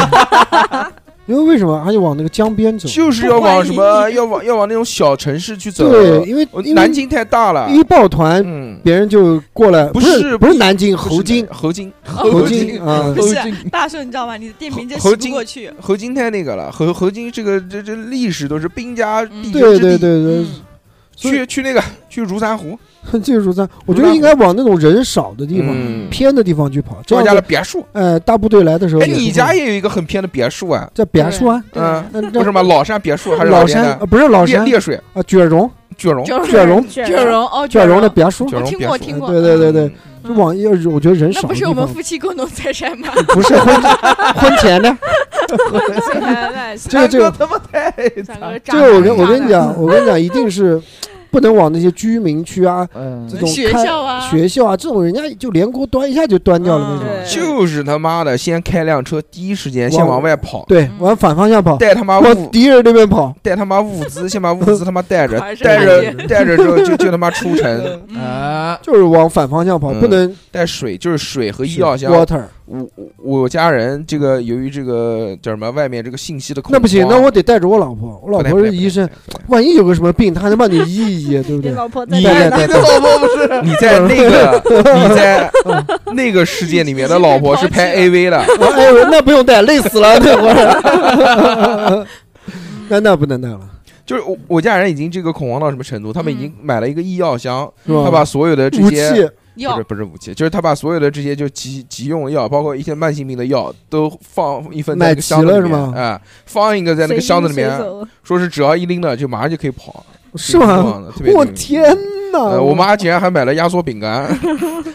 因为为什么还得往那个江边走？就是要往什么要往要往那种小城市去走，对，因为我因为南京太大了，一抱团，嗯，别人就过来，不不是不是南京，不是侯金南，侯金侯金啊，不后是劲大顺，你知道吗？你的店名真侯侯写不金过去。侯金太那个了，侯侯金这个这这历史都是兵家嗯必争对啊之对地，对对，嗯所以去去那个去如山湖技术三，我觉得应该往那种人少的地方、嗯偏的地方去跑。这赵家样的子，别墅，哎，大部队来的时候哎，也不会，你家也有一个很偏的别墅啊，在别墅啊？嗯，那不是吗？老山别墅还是老哪边山的啊，不是老烈山烈水啊，卷荣卷荣就是卷荣卷 *laughs* 卷荣哦，卷荣荣的别墅，卷我荣听别过墅，听过，对对对对，嗯就往要我觉得人那不少的地是我方们，夫妻共同财产 *laughs* 吗？不是婚婚前 *laughs* 的。对对对这个这个他妈太三个这个我跟我跟你，讲，我跟你讲，一定是不能往那些居民区啊、嗯这种学看校啊学校啊这种，人家就连锅端一下就端掉了那种。嗯对就是他妈的先开辆车，第一时间先往往外跑，对，嗯往反方向跑，带他妈往物敌人那边跑。带他妈物资，先把物资他妈带着，还是嗯带看着带着之后就就他妈出城，啊，就是往反方向跑，嗯不能带水就是水和医是药箱。 water，我我我家人这个由于这个叫什么外面这个信息的恐那不行，慌那我得带着我老婆，我老不带婆不是带医不带生，不带万一有个什么病，她还能帮你医一医，对不 *laughs* 你对？老婆在你带哪儿呢带 *laughs* 你的老婆不是你在那 *laughs* 个你在那个世界里面的老婆是拍 AV 的，我哎呦，那不用带，累死了那会儿。 *laughs* 那那不能带了，就是我我家人已经这个恐慌到什么程度？他们已经买了一个医药箱，是吧？他把所有的这嗯武些器不是不是武器，就是他把所有的这些就急急用药，包括一些慢性病的药都放一份在买那个箱子里齐了面，是吗哎，放一个在那个箱子里面随，机随走说是只要一拎了就马上就可以跑，是吗？？我！天哪！呃，我妈竟然还买了压缩饼 *laughs* 干，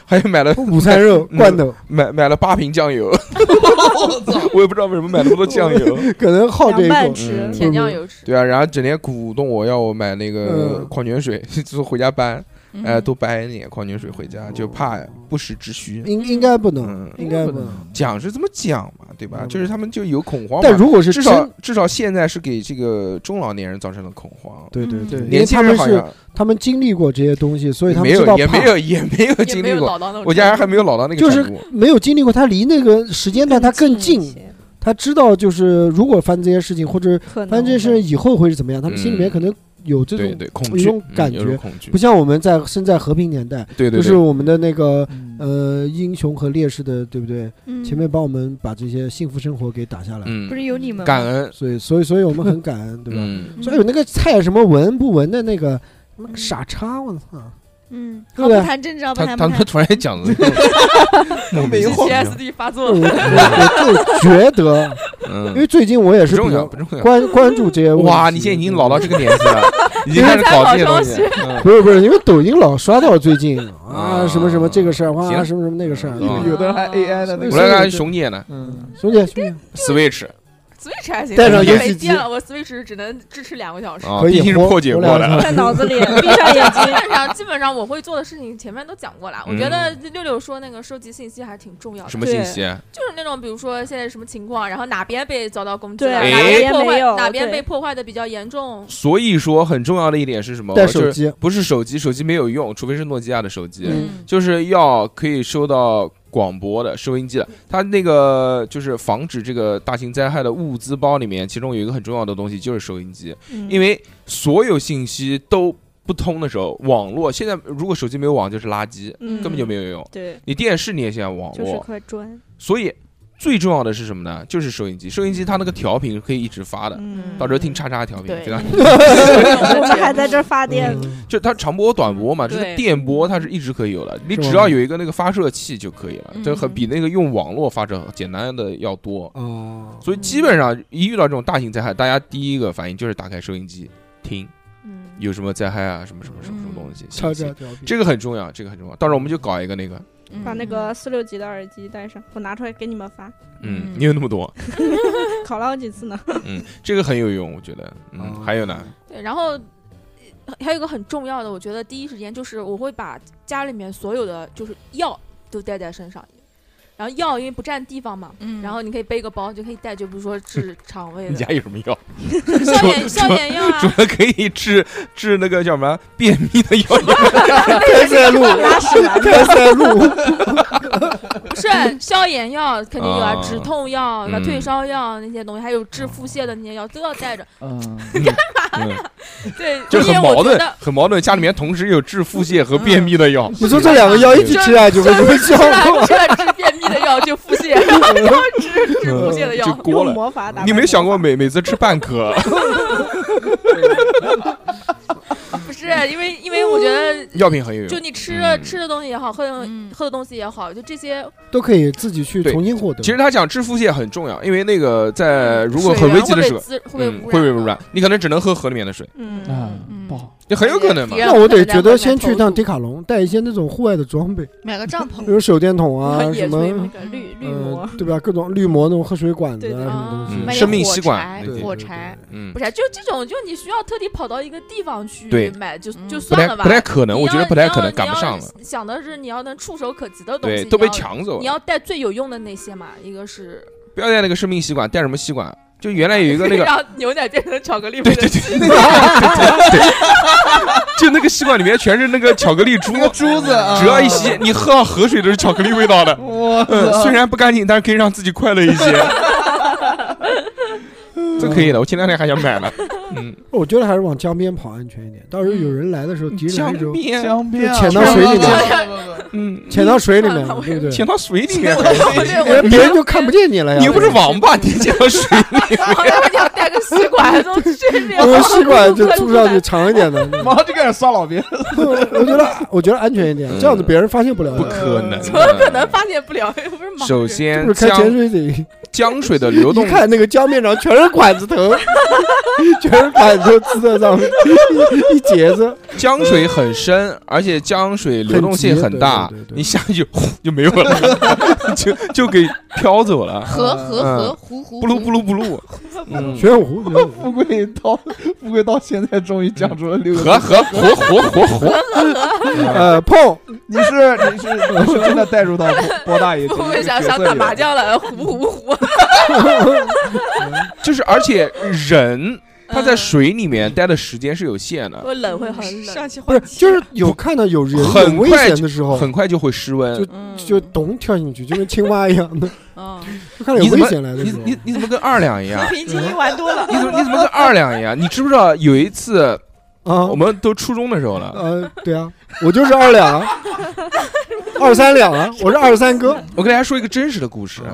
还有买了午餐肉嗯罐头，买买了八瓶酱 *laughs* 油，我操！我也不知道为什么买那么多酱油。可能好这一凉拌口。吃嗯，甜酱油吃。对啊，然后整天鼓动我要我买那个嗯矿泉水， *laughs* 就是回家搬，嗯哎，多搬一点矿泉水回家，就怕不时之需。应应该不能，嗯，应该不能。讲是这么讲嘛，对吧？嗯就是他们就有恐慌嘛，但如果是至少真，至少现在是给这个中老年人造成了恐慌。对对对，因年为轻他人们好是像他们经历过这些东西，所以他们没知有，道也没怕。有，也没有也经没历有过。老到那种程度，我家人还没有老到那个就是程度。没有经历过，他离那个时间段他更一近，些他知道就是如果犯这些事情或者可能犯这些事会情以后会是怎么样，他们心里面嗯可能有这对种，对，恐一惧种嗯感有种觉恐惧不，像我们在身在和平年代，对对就是对，我们的那个嗯呃英雄和烈士的，对不对？嗯前面帮我们把这些幸福生活给打下来，嗯不，是有你们吗感恩，所以所以所以我们很感 *laughs* 恩，对吧？嗯，所以有那个蔡什么文不文的那个那个傻叉，我操！嗯，对不好对不谈政治啊，不他谈他不他谈，突然讲的莫名其妙， PTSD 发我作我了，我就觉得，因 *laughs* 为嗯，最近我也不是比重要较不重要。关关注这些问题。哇，你现在已经老到这个年纪了， *laughs* 已经开始搞这些东西了。嗯不是不是，因为抖音老刷到 *laughs* 最近啊啊什么什么这个事儿，哇行什么什么那个事儿。嗯有的人还 AI 的那我所以来个，看看熊姐呢嗯，熊姐，熊姐，Switch ，Switch 还行，带上我游戏没机电了，我 Switch 只能支持两个 *laughs* 小时。啊，可以毕竟是活破解活过两来趟了。在 *laughs* 脑子里，闭上眼睛基。本上，基本上我会做的事情前面都讲过了。我觉得六六说那个收集信息还是挺重要的，什么信息啊？就是那种比如说现在什么情况，然后哪边被遭到攻击对了，哎哪边破哪边没坏，有哪边对被破坏的比较严 *laughs* 重。所以说，很重要的一点是什么？带哦就手是机，不是手机，手机没有用，除非是诺基亚的手机，嗯嗯就是要可以收到广播的收音机的。它那个就是防止这个大型灾害的物资包里面，其中有一个很重要的东西就是收音机，嗯因为所有信息都不通的时候，网络现在如果手机没有网就是垃圾，嗯根本就没有用。对，你电视你也现在网就是络，块砖。所以最重要的是什么呢？就是收音机，收音机它那个调频是可以一直发的。嗯到时候听叉叉调频，对对吧？ *laughs* 我们还在这儿发电，嗯就它长波短波嘛，就是对电波它是一直可以有的，你是吗只要有一个那个发射器就可以了，嗯这很比那个用网络发射简单的要嗯多。哦，所以基本上一遇到这种大型灾害，大家第一个反应就是打开收音机听嗯，有什么灾害啊，什么什么什么什么东嗯西。超信级息这个很重要，这个很重要。到时候我们就搞一个那个，嗯把那个四六级的耳机戴上，我拿出来给你们发，嗯嗯，你有那么多，考了好几次呢。嗯，这个很有用，我觉得。嗯，还有呢，对，然后。呃还有一个很重要的，我觉得第一时间就是我会把家里面所有的就是药都带在身上，然后药因为不占地方嘛，嗯，然后你可以背个包就可以带，就比如说治肠胃你家的有什么药？ *laughs* 消炎消炎药除啊，了可以治治那个叫什么便秘的 *laughs* 药以外，开塞露，开塞露，不是消炎药肯定有啊啊，止痛药、嗯退烧药那些东西，还有治腹泻的那些药都要带着。嗯，嗯对，就因为很我矛觉盾得，嗯很矛盾。家里面同时有治腹泻和便秘的药， *laughs* 你说这两个药一起吃啊下去会不会效 *laughs* 果？吃了治便秘的药就腹泻， *laughs* 然后治治腹泻的就药。过用了。魔法嗯打败魔法。你有没有想过每每次吃半颗？不是因为因为我觉得， *laughs* 药品很有就用。你吃的嗯吃的东西也好，喝的嗯喝的东西也好，就这些都可以自己去重新获得。其实他讲治腹泻很重要，因为那个在呃如果嗯水很危源急的会时被候，滋会被嗯，污会被污染染，你可能只能喝河里面的水，嗯啊嗯，不好，也很有可能嘛敌。人那我得觉可能得会先来投去趟诉迪卡侬，带一些那种户外的装 *laughs* 备，买个帐篷比，如手电筒啊野什炊么，那个那个绿绿魔嗯，，对吧？各种绿魔那种喝水管子对啊什对么嗯东嗯，西。买生命点火吸管柴，那些火对对柴，嗯不，是，就这种，就你需要特地跑到一个地方去对买，就嗯就不算太了吧。不太可能，你我觉得要不太你可要能，赶不你要上了。想的是你要能触手可及的东西，对，都被你要。抢走你了。要带最有用的那些嘛，一个是不要带那个生命吸管，带什么吸管？就原来有一个那个， *laughs* 让牛奶变成巧克力味对的，对对对对对，就那个吸管里面全是那个巧克力珠，那个珠子啊，只要一吸，你喝到河水都是巧克力味 *laughs* 道的。我嗯，操虽然不干净，但是可以让自己快乐一些。这可以的，我前两天还想买呢。嗯，我觉得还是往江边跑安全一点。到时候有人来的时候，敌人江来的时候边，江边啊潜到水里面，嗯，潜到水里 *laughs* 面，对不潜对？到水里面，别人别人就看不见你了呀。你又不是王八，你潜到水里，然后你要嗯带个吸管从水里我吸管就住上去长一点的。 *laughs* 马上就开始刷老兵， *laughs* 我觉得我觉得安全一点，这样子别人发现不了。嗯不可能， *laughs* 怎么可能发现不了？又不是盲 *laughs* 人首这先不是开潜江水艇，江水的流动一看那个江面上全是管子头， *laughs* 全是管子头呲在上面，一截子。江水很深，而且江水流动性很大，很急对对对你下去呼就没有了，就就给飘走了，和 *laughs* 和和嗯糊糊不噜不噜 *laughs* 不噜，嗯，玄武，玄武富贵到富贵到现在终于讲出了六个和字，和活活活 *laughs* 活，呃，碰你是你是你是真的带入到波波大爷这我个也角想色想里打了麻将了，胡胡胡。就是而且人他在嗯水里面待的时间是有限的，我冷会很冷，上期不是，就是有看到有人很有危快险的时候，很快就会失温。嗯哦就咚跳进去，就跟青蛙一样的，嗯，就看到有危险来的你时候，你你怎么跟二两一 *laughs* 样？平经历玩多了，你怎么你怎么跟二两一样？你知不知道有一次啊我，们都初中的时候了，呃，对啊，我就是二两啊，二三两啊，我是二三哥，我跟大家说一个真实的故事，啊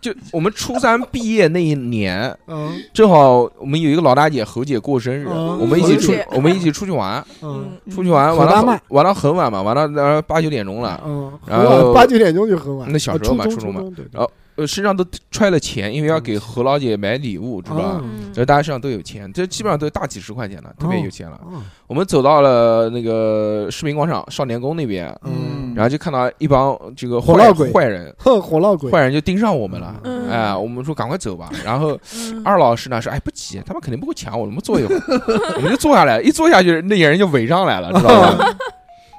就我们初三毕业那一年，嗯正好我们有一个老大姐侯姐过生日，哦我们一起出侯姐我们一起出去玩，嗯出去玩玩侯大到妈玩到很晚嘛，玩到呃八九点钟了，嗯，然后晚八九点钟就很晚，那小时候嘛啊初初中中嘛中对，然后呃身上都揣了钱，因为要给何老姐买礼物，知道吧？嗯所以大家身上都有钱，这基本上都大几十块钱了，特别有钱了。哦我们走到了那个市民广场少年宫那边，嗯，然后就看到一帮这个火坏闹鬼坏人，哼，火闹鬼，坏人就盯上我们了。嗯哎，我们说赶快走吧。然后嗯二老师呢说：“哎，不急，他们肯定不会抢我，我们坐一会儿。” *laughs* 我们就坐下来，一坐下去，那些人就围上来了，知道吧？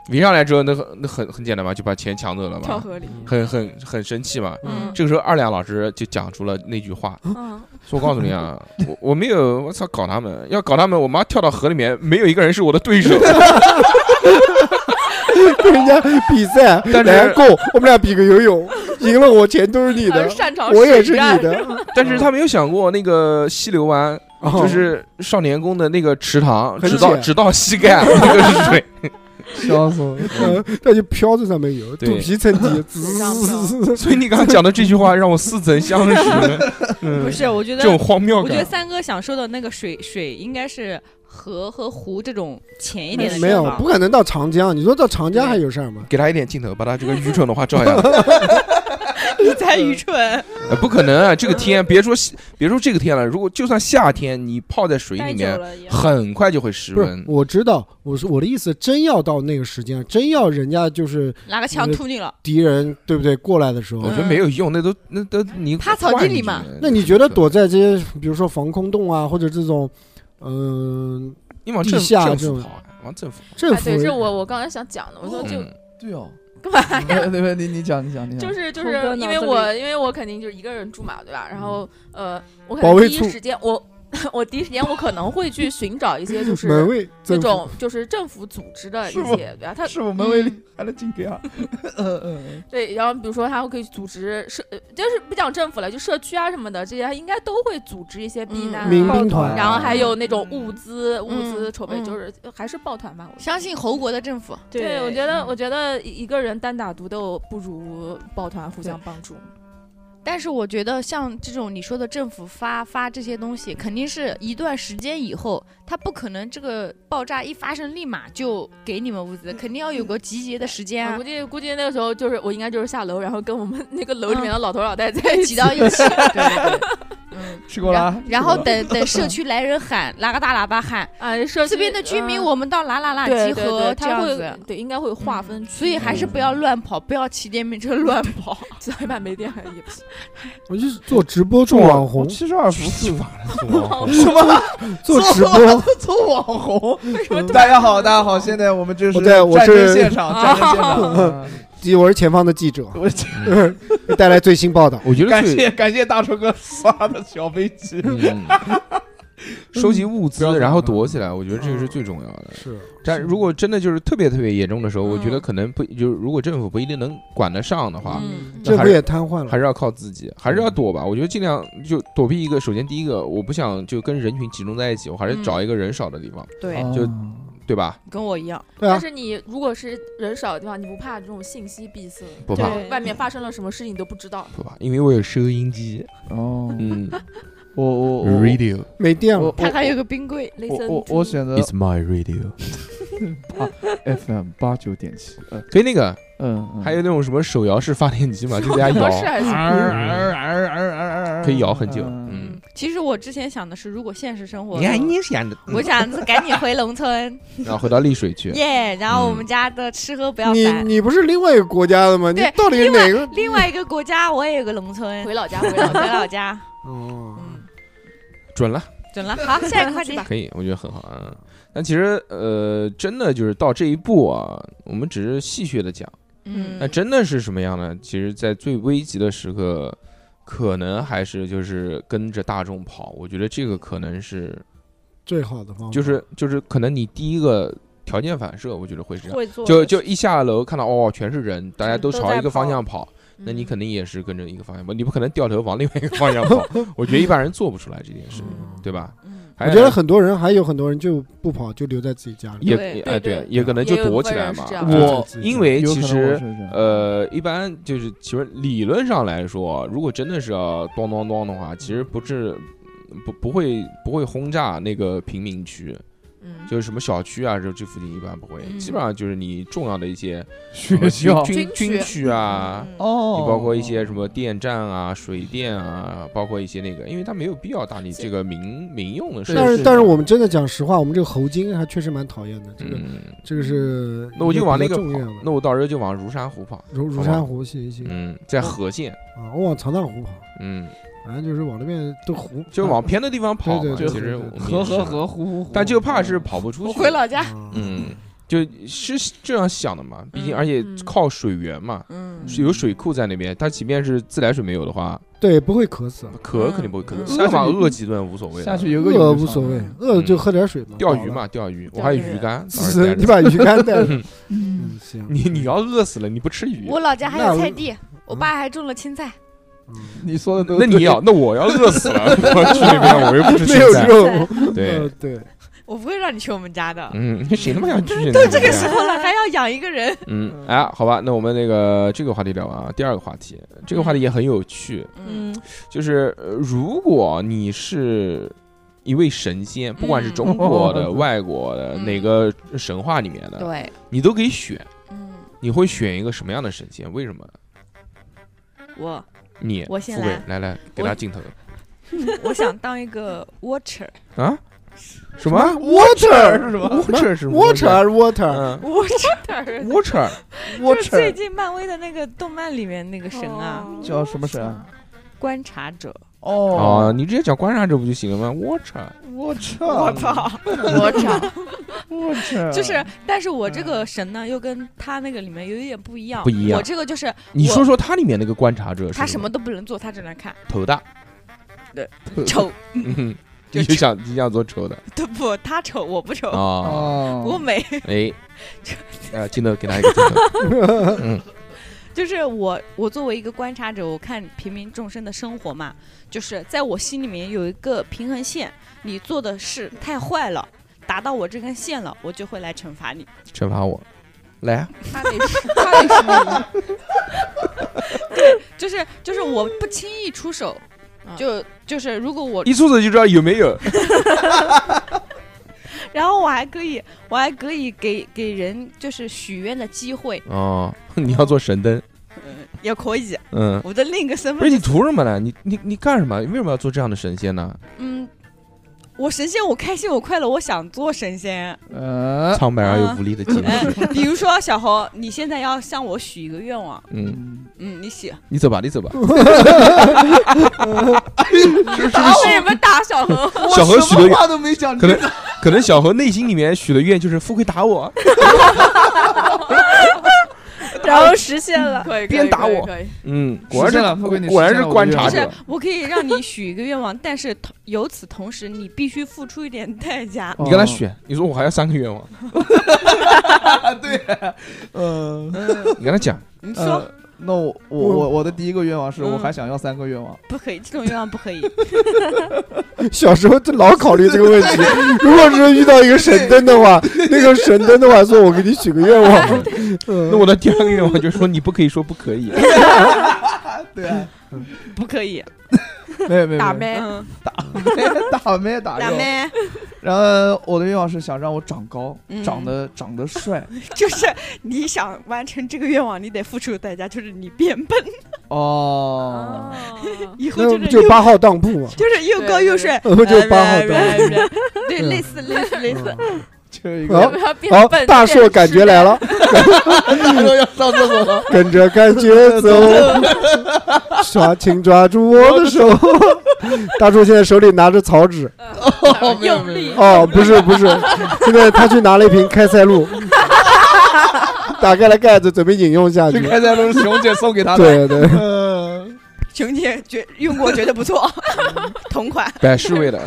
围上来之后，那很那很很简单嘛，就把钱抢走了跳嘛，河里。很很很生气嘛。嗯这个时候，二两老师就讲出了那句话嗯，：“说我告诉你啊， *laughs* 我我没有，我操，搞他们，要搞他们，我妈跳到河里面，没有一个人是我的对手。跟 *laughs* 人家比赛，但是来够，我们俩比个游泳，赢了我钱都是你的而，擅长我也水是战你，的， *laughs* 但是他没有想过那个溪流湾。”哦就是少年宫的那个池塘，很只到浅只到膝盖啊那个水， *laughs* 笑死我了！呃那就飘在上面游，对肚皮蹭地，上滋，所以你刚刚讲的这句话让我似曾相识，不嗯，是，我觉这得种荒谬我觉得感。三哥享受的那个水水应该是河和湖这种浅一点的地没有，方不可能到长江，你说到长江还有事儿吗？给他一点镜头，把他这个愚蠢的话照下 *laughs* 来。你才愚蠢，呃不可能啊！这个天，别说西别说这个天了，如果就算夏天，你泡在水待里久面，了也。很快就会失不是温，。我知道，我说我的意思，真要到那个时间，真要人家就是拿个枪突你了，敌人，对不对？过来的时候我，觉得没有用，那都那都嗯你趴草地里嘛换一个人那你觉得躲在这些，比如说防空洞啊，或者这种，嗯、你往政地下政这府种跑啊，往政府跑。政哎，府、对，这我我刚才想讲的，我说就嗯对哦，干嘛呀？对对，你你讲你讲你讲，就是就空哥是因脑为子我因为我肯定就是一个人住嘛，对吧？然后呃，我可嗯保能卫第处一时间我 *laughs* 我第一时间我可能会去寻找一些就门是卫政那府种就是政府组织的一是吗些，对啊吧？他是我们为了还能进给啊，嗯嗯对，然后比如说他会可以组织社，呃就是不讲政府了，就社区啊什么的，这些他应该都会组织一些避嗯难啊、民兵团，然后还有那种物资、物嗯资筹备，嗯就是呃还是抱团吧。我觉得相信侯国的政府，对，我觉得得我觉得一个人单打独斗不如抱团互相帮助。但是我觉得像这种你说的政府发发这些东西，肯定是一段时间以后，它不可能这个爆炸一发生立马就给你们物资，肯定要有个集结的时间我啊估，计估计那个时候就是我应该就是下楼，然后跟我们那个楼里面的老头老太在一嗯起。挤到一起。对对对，嗯嗯，。吃过啦然。然后等等社区来人喊，拉个大喇叭喊，啊，社这边的居民嗯我们到哪哪哪对集对对合，这他样会子。嗯对应该会划分区域，所以还是不要乱跑，不要骑电瓶车乱跑。最起码没电也不行。我就是做直播做网 *laughs* 红，七十 *laughs* 二伏四什么做直播？做网红。大家好，大家好，现在我们这是我在我战争是现场，战争现场。嗯记 *laughs* *laughs* 我是前方的记者，我带来最新报道。我觉得感最谢感谢大锤哥刷的小飞机。嗯收集物资不要，然后躲起来，我觉得这个是最重要的。嗯是，但如果真的就是特别特别严重的时候，我觉嗯得可能不就是如果政府不一定能管得上的话，嗯，那政还府是也瘫痪还了。是要靠自己，还是要躲吧。我觉得尽量就躲避一个，首先第一个，我不想就跟人群集中在一起，我还是嗯找一个人少的地方，对，就嗯对吧？跟我一样，对但啊，是你如果是人少的地方，你不怕这种信息闭塞，不怕就外面发生了什么事情都不知道。不吧，因为我有收音机，哦，嗯我我我，radio 没电我了。他还有个冰柜，我 Listen 我 to- 我选择 is my *laughs* radio。 FM 八九点七。嗯所以那个嗯， *laughs* 还有那种什么手摇式发电机嘛，就在家合啊摇适，还是儿儿儿儿儿儿儿可以咬很久。嗯嗯，其实我之前想的是，如果现实生活你中，看啊你想的，我想是赶紧回农村，然后回到丽水去。耶！然后我嗯们家的吃喝不要你烦。你不是另外一个国家的吗？你对到底是哪个？另外一个国家，我也有个农村，回回老家，回老家。老家， *laughs* 哦，嗯，准了，准了。好，下一个话题，可以，我觉得很好啊。但其实呃，真的就是到这一步啊，我们只是戏谑的讲，嗯那，真的是什么样呢？其实，在最危急的时刻，可能还是就是跟着大众跑。我觉得这个可能是，最好的方法就是就是可能你第一个条件反射，我觉得会是这样。会做就就一下楼看到哦，全是人，大家都都朝在一个方跑向跑，那你嗯肯定也是跟着一个方向跑，你不可能掉头往另外一个方向跑。我觉得一般人做不出来这件事，嗯对吧？嗯我我觉得很多人还有很多人就不跑，就留在自己家里。也对也对哎对对，也可能就也有躲部起分来人是嘛这。样我因为有哎其可能实我是这样呃，一般就是其实理论上来说，如果真的是要咚咚咚的话，其实不是不不会不会轰炸那个贫民区，嗯，就是什么小区啊，这这附近一般不会，嗯基本上就是你重要的一些学校军军军区区啊。嗯哦，你包括一些什么电站啊、水电啊，包括一些那个，因为它没有必要打你这个民民用的设施。但对是是但是的我们真的讲实话，我们这个猴精还确实蛮讨厌的。这个嗯，这个是那我就往那个比跑较重要的，那我到时候就往如山湖跑。如如山湖行行嗯，在河县，啊，我往长荡湖跑，嗯，反正就是往那边都湖，就是往偏的地方跑嘛。对对对其实对对我们和也是和和呼呼呼，但就怕是跑不出去。我回老家，啊嗯，就是这样想的嘛。毕竟嗯而且嗯靠水源嘛， *laughs* 嗯是有水库在那边。它即便是自来水没有的话，对，不会渴死，啊渴嗯肯定不会渴，嗯起码饿几顿无所谓的。下去游个饿泳就无上所来谓了，饿就喝点水嘛，嗯钓鱼饱了。 *laughs* 嘛，钓鱼，我钓还有鱼鱼竿。到时候带着是，*laughs* 你把鱼竿带 *laughs* 上。嗯嗯，行。你你要饿死了，你不吃鱼，我老家还那我有菜地，我爸还种了青菜，嗯你说的都那你对要，那我要饿死了，我去那边我又不吃没有青菜。肉，对呃，对，我不会让你去我们家的。嗯，谁他妈想去呢？都这个时后来还要养一个人，嗯，哎，好吧，那我们那个这个话题聊完啊，第二个话题，这个话题也很有趣，嗯嗯，就是呃如果你是一位神仙，不管是中国 *laughs* 的、嗯外国的、嗯哪个神话里面的，对，你都可以选，嗯，你会选一个什么样的神仙？为什么？我你我先富贵来来来，给我他镜头我想当一 *laughs* 个 watcher，啊？什么？Water 是什么？ ？water 是什么东西 water water 嗯 *laughs* water ，water 就是最 water，近漫威的那个动漫里面那个神啊，叫什么神啊？观察者。哦，，你直接讲观察者不就行了吗？water 我操！我操！我操！我嗯操！就是，但是我这个神呢，又跟他那个里面有一点不一样。不一样我这个就是你我说说它里面那个观察者是他什么么都不能做，他只能看，头 *laughs* 大？丑嗯，就你就想你想做 *laughs* 丑的对不？他丑，我不丑，啊？哦，我美。哎，呃，镜头给他一个镜头，嗯就是我，我作为一个观察者，我看平民众生的生活嘛，就是在我心里面有一个平衡线，你做的事太坏了，达到我这根线了，我就会来惩罚你。惩罚我，来啊，他得是，他得是就是就是我不轻易出手，嗯就就是如果我，一出手就知道有没有。然后我还可以，我还可以给给人就是许愿的机会，哦，你要做神灯，嗯，也可以。嗯，我的另一个身不是份，你图什么呢？你你你干什么？为什么要做这样的神仙呢？嗯，我神仙，我开心，我快乐，我想做神 *laughs* 仙。呃，苍白而又无力的解哎释。，比如说小猴，你现在要向我许一个愿望，嗯，嗯，你许。你走吧，你走吧。他为 *laughs* 什么打 *laughs* 小恒？小何许的愿，话都没讲，可能可能小何内心里面许的愿就是富贵打我，然后实现了，可以，鞭打我可以可以嗯，果果然然是了，富贵你果然实是现了观察我不的愿者是，我可以让你许一个愿望，但是同由此同时，你必须付出一点 *laughs* 代价。望你跟他，选，你说我还要三个愿望，啊嗯，你跟他讲，你说、呃那我我我我的第一个愿望是我嗯还想要三个愿望，不可以，这种愿望不 *laughs* 可以。小时候就老考虑这个问题。如果是遇到一个神灯的话，那个神灯的话说：“我给你许个愿望。嗯那我的第二个愿望就是说，你不可以说不可以。对啊，不可以， *laughs* 没有没有打没咩？嗯，有 *laughs* 打没打打肉咩？ *laughs* 然后我的愿望是想让我长高，嗯长得长得帅，就是你想完成这个愿望，你得付出的代价就是你变笨。 *laughs* 哦，以后那就不是就又八号当铺嘛，就是又高又帅，哎那不就八号当铺？对 *laughs* 对，嗯类似类似类似，嗯 *laughs* 就一个好不要变好，笨。大硕感觉来了，大哥要上厕所了，跟着感觉走，抓请抓住我的手。大叔现在手里拿着草纸，哦没有没有没有哦，不是不是，现在他去拿了一瓶开塞露，打开了盖子，准备饮用下去这。开塞露是熊姐送给他的。对对，呃，熊姐觉用过觉得不错，同款百事味的，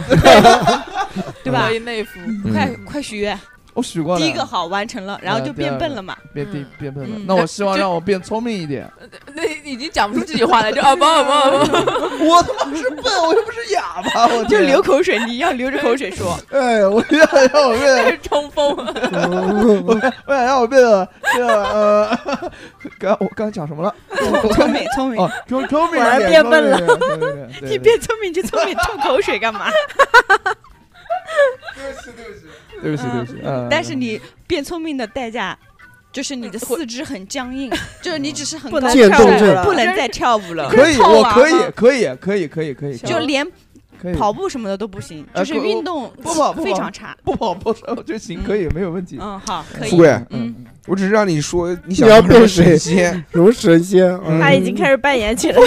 对吧？内服，嗯快快许愿，我许过了，第一个好完成了，然后就变笨了嘛。变变变笨了嗯。那我希望让我变聪明一点。那已经讲不出这句话来，就啊不不 *laughs* 不 *laughs* 不，我他妈是笨，我又不是哑巴，我就天流。口水，你要流着口水说，哎，我想让我这变，是冲锋。嗯我想哎让我变得这个呃，刚我刚讲什么了？聪明聪明哦，，聪聪明果一然点，变笨了聪明一点。对对对对你变聪明就聪明，吐口水干嘛？对不起对不起，嗯但是你变聪明的代价。就是你的四肢很 *laughs* 僵硬，就是你只是很不高能渐跳舞冻症了，不能再跳舞了，可以，套我娃可以嘛，可以，啊可以，可以，可以，就连可以跑步什么的都不行，呃就是不运动不跑不跑非常差。不跑不跑就行，可以，没有问题。嗯，好，可富以。贵，嗯，我只是让你说你你要当什么变谁神 *laughs* 仙，如神仙，嗯他已经开始扮演起来，入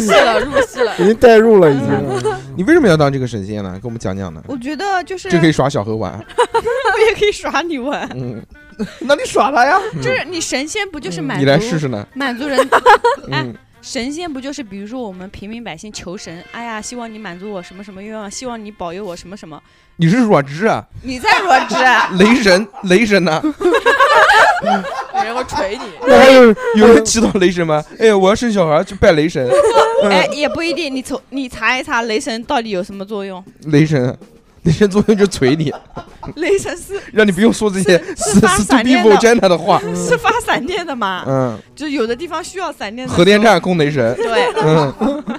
戏了，入戏 *laughs* 了。已经带入了，已经。你为什么要当这个神仙呢？跟我们讲讲呢？嗯我觉得就是这可以耍小猴 *laughs* 玩，我也可以耍你玩，嗯，那你耍他呀？嗯就是你神仙不就是满你来试足试 *laughs* 呢？满足人哎嗯，神仙不就是比如说我们平民百姓求神，哎呀，希望你满足我什么什么愿望，希望你保佑我什么什么。你是弱智啊，你在弱 *laughs* 智，雷神，雷神呢？有人会捶你，那还有有人祈祷雷神吗？哎，我要生小孩去拜雷神，哎，也不一定。你从你查一查雷神到底有什么 *laughs* 作用？雷神，雷神作用就捶你，雷神是让你不用说这些 stu- 是发闪 stupid 电 v o 的 g e n a 的话。 *laughs* 是发闪电的嘛？嗯，就有的地方需要闪电的。核电。站供雷神，对，嗯，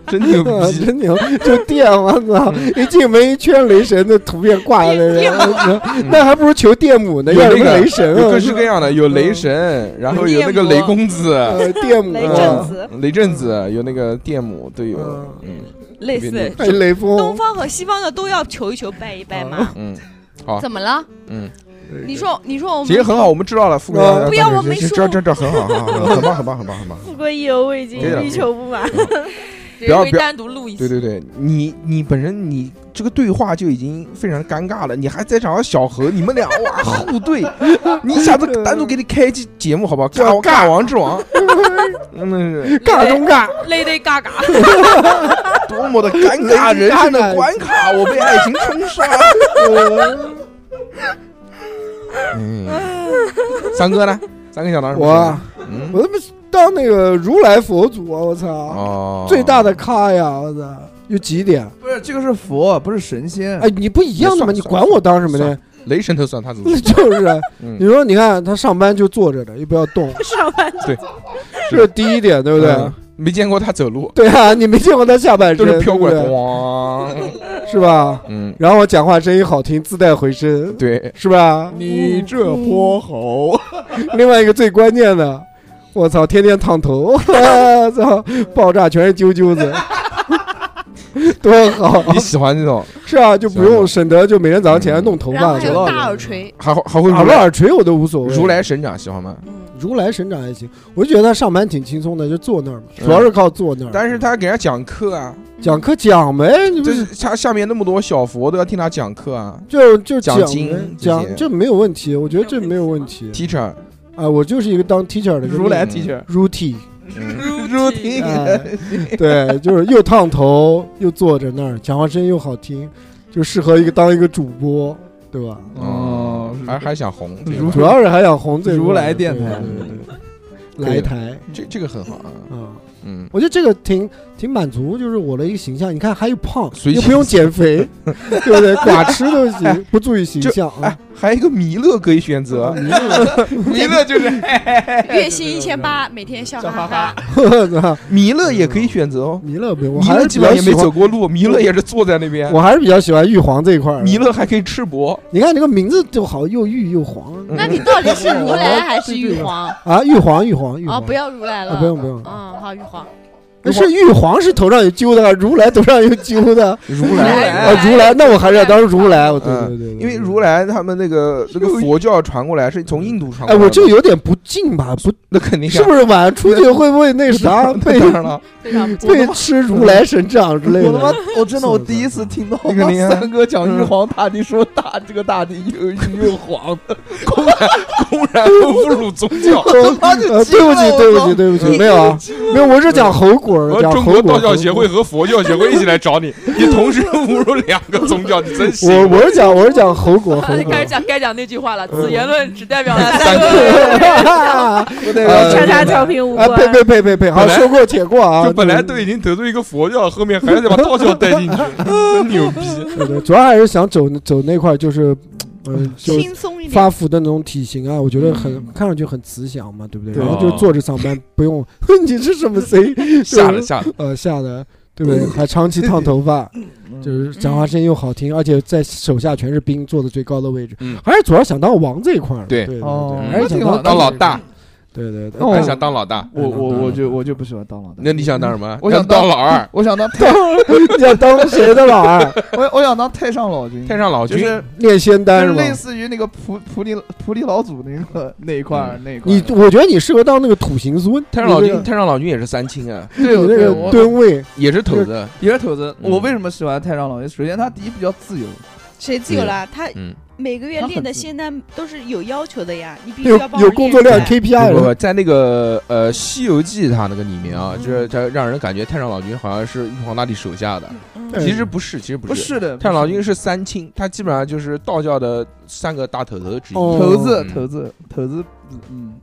真牛啊逼。 *laughs* 真牛！就电，我操！一进门一圈雷神的图片挂在那，嗯那还不如求电母呢，嗯有要那什么个雷神有啊各？式各样的，嗯有雷神，然后有那个雷公子、嗯呃，电母雷啊震子，雷震子，有那个电母都有。嗯哎类对似还有哎雷锋东，方和西方的都要求一求拜一拜嘛。嗯怎么了？嗯，你说，你说我其实们很好，我们知道了。富贵嗯当不要神我没仙说嗯这这这很好，很好，很棒，很棒，很棒，很棒。富贵意犹未尽对的，欲求不满。不要人会单独录一对期。对对，你你本身你这个对话就已经非常尴尬了，你还在找小何，你们俩哇互怼，你下次单独给你开一期节目好不好？尬啊尬王之 *laughs* 王，真的是尬中尬，累得嘎嘎，多么的尴尬人生的关卡，我被爱情冲刷。嗯，三哥呢？三哥想当什我么啊神仙？嗯，我他妈当那个如来佛祖啊！我操，哦，最大的咖呀！我操，有几点？不是，这个是佛，不是神仙哎，。你不一样的嘛，嗯也算你管我当什么呢算？雷神都算他祖宗那。 *laughs* 就是啊，嗯你说你看他上班就坐着的，又不要动，上班这是第一点，对不对？嗯没见过他走路， *laughs* 对啊，你没见过他下半都身，是飘过来，对不咣，对是吧？嗯，然后我讲话声音好听，自带回声，对，是吧？你这嗯泼猴， *laughs* 另外一个最关键的，我操，天天烫头， *laughs* 我操，爆炸全是揪揪子， *laughs* 多好！你喜欢这种，是啊，就不用省得就每天早上起来弄头然发后还去有了。大耳垂，还会还会耳如朵来耳垂我都无所谓，如来神掌喜欢吗？如来神掌还行，我就觉得他上班挺轻松的，就坐那儿嘛，嗯主要是靠坐那儿。但是他给人家讲课啊，讲课讲呗，你不就是是他下面那么多小佛都要听他讲课啊就就讲讲经呗这些讲这没有问题，我觉得这没有问题，teacher，啊，我就是一个当 teacher 的如来嗯 teacher， routine。嗯如听哎对，就是又烫头，又坐着那儿，讲话声音又好听，就适合一个当一个主播，对吧？嗯哦，还还想红，这如个主要是还想红这一块如来电台对对对对可以来的台这这个很好啊，啊，嗯，我觉得这个挺挺满足，就是我的一个形象。你看，还有胖，随又性不用减肥，对不对？寡吃都行，不注意形就象哎啊。，还有一个弥勒可以选 *laughs* 择，弥勒就是月薪一千八，每天笑哈哈。 *laughs* *laughs* 弥勒也可以选择哦，弥勒不用，我弥还勒是基比本较上也喜没欢走，过路，弥勒也是坐在那边，我还是比较喜欢玉皇这一块儿。弥勒还可以赤膊，你看这个名字就好，又玉又皇。嗯那你到底是如来还是玉皇？ *laughs* 啊，玉皇，玉皇，玉啊，皇，哦哦不要如来了，啊，不用不用，嗯，好，玉黄，那是玉皇是头上有揪的，如来头上有揪 *laughs* 的如啊 *laughs* 来，，如来，那我还是要当如来。我对哎嗯对对，对因为如，来他们那个那个佛教传过来是从印度传过哎，来的，我这有点不敬吧？不，那肯啊定是不是晚出去会不会那 *laughs* 啥被当然了，非常不被吃如来神掌之类我他妈的？，。我哦真的我第一次啊听到我那 *laughs* 个你看三哥讲玉皇大帝，说大这个大帝又又黄的，公然 *laughs* 侮辱宗教我他妈就呃惊对不了起，我对不操起，对不起，没有啊，没有，我是讲猴果儿，和讲中猴国道果儿。教协会和佛教协会一起来找你，你同时侮辱两个宗教，你真行。我我是讲我是讲猴果 *laughs* 猴果开始 *laughs* 讲该讲那句话了，此嗯言论只代表 *laughs* 了三个 *laughs* 我得呃叉叉调频无哎关。，呸呸呸呸呸，好本来说过且过啊！就本来都已经得罪一个佛教，后面还得把道教带进去，真牛逼！对对，主要还是想走走那块，就是，嗯，就轻松一点发。福的那种体型啊，我觉得很看上去很慈祥嘛，对不对？对然后就坐着上班，不用 *laughs* 你是什么谁？吓了吓了，呃，吓得对不对？还长期烫头发， *laughs* 就是讲话声音又好听，而且在手下全是兵，坐的最高的位置嗯，还是主要想当王这一块儿。对对对哦对，还是想那挺好当老大，对对对，那我还想当老大，我我我就我就不喜欢当老大，嗯那你想当什么？我想要当老二，我想当 *laughs* *laughs* 你想当谁的老二？我我想当太上老君，太上老就君。是练仙就丹是是吧？类似于那个菩菩提菩提老祖那个那一块嗯儿那一块儿你，我觉得你适合当那个土行孙，太上老你君，太上老君也是三清啊，对那个你那对，个我吨位，也是头子。也是头子。嗯我为什么喜欢太上老君？首先他第一比较自由，谁自由了？他嗯，每个月他很练的自由仙丹都是有要求的呀，你必须有要帮有我工练作出量来 KPI 不了不，在那个呃《西游记》它那个里面啊，就是它让人感觉太上老君好像是玉皇大帝手下的，嗯其实不是，其实不不是。是的，太上老君是三清，他基本上就是道教的三个大头头之一。哦投资，嗯投资，投资，嗯。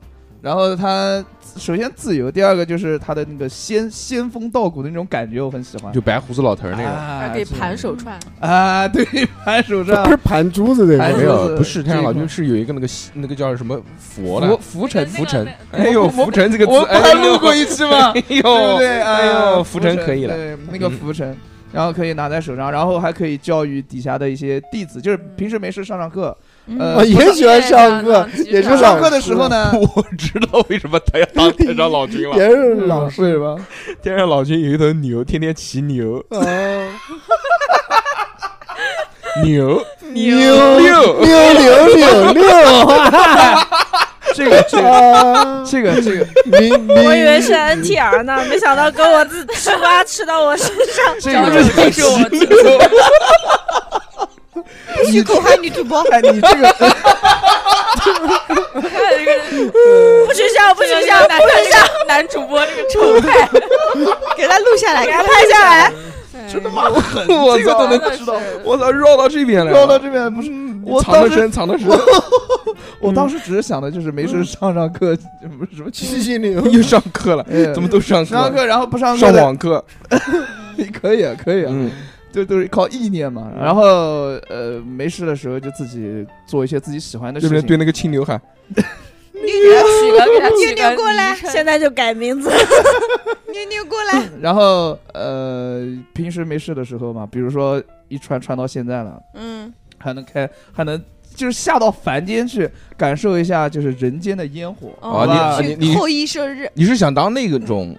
然后他首先自由，第二个就是他的那个仙仙风道骨的那种感觉，我很喜欢。就白胡子老头儿那种。啊还给盘手串，啊，对，盘手不杖是，盘珠子的，盘哎没珠有，子不是这太上老君种是有一个那个西那个叫什么佛浮的浮尘，浮尘，哎 *laughs* 呦浮尘这个我字，们哎还呦录过一期吗？哎对不呦对？哎啊呦浮尘可以了，对，那个浮尘，然后可以拿在手上，然后还可以教育底下的一些弟子，就是平时没事上上课，啊，呃，也喜欢上课，也是上课的时候呢，我 *laughs* 知道为什么他要当太上老君了。也是老师为什么？ *laughs* 太上老君有一头牛，天天骑牛，啊， *laughs* 牛牛六六六六六这个这个啊，这个这个明明，我以为是 NTR 呢，没想到啊跟我自吃瓜吃到我身上。这啊然后个就。记住我自己。必须口嗨女主播，哎，你这个不许笑，不不许许笑笑，，男不许笑，男主播这个臭派，给他录下来，给他拍下来。*laughs* 真他妈狠，我这个操都真能知道，我操，绕到这边来了，绕到这边不是。我藏当得时深，藏得深，我嗯当时只是想的就是没事上上课， *laughs* 不是什么七七零， *laughs* 又上课了，哎怎么都上上课？课然后不上课嗯上的，网课， *laughs* 可以啊可以啊，嗯，就都是靠意念嘛。然后呃没事的时候就自己做一些自己喜欢的对不事对？情，对那个青牛喊，给他取 *laughs* 个给他取妞个妞过来现在就改名 *laughs* 字，妞妞过来，然后呃，平时没事的时候嘛，比如说一传传到现在了，嗯，还能开，还能就是下到凡间去感受一下，就是人间的烟火。哦好吧啊，你你你后羿 *laughs* 射日，你是想当那个种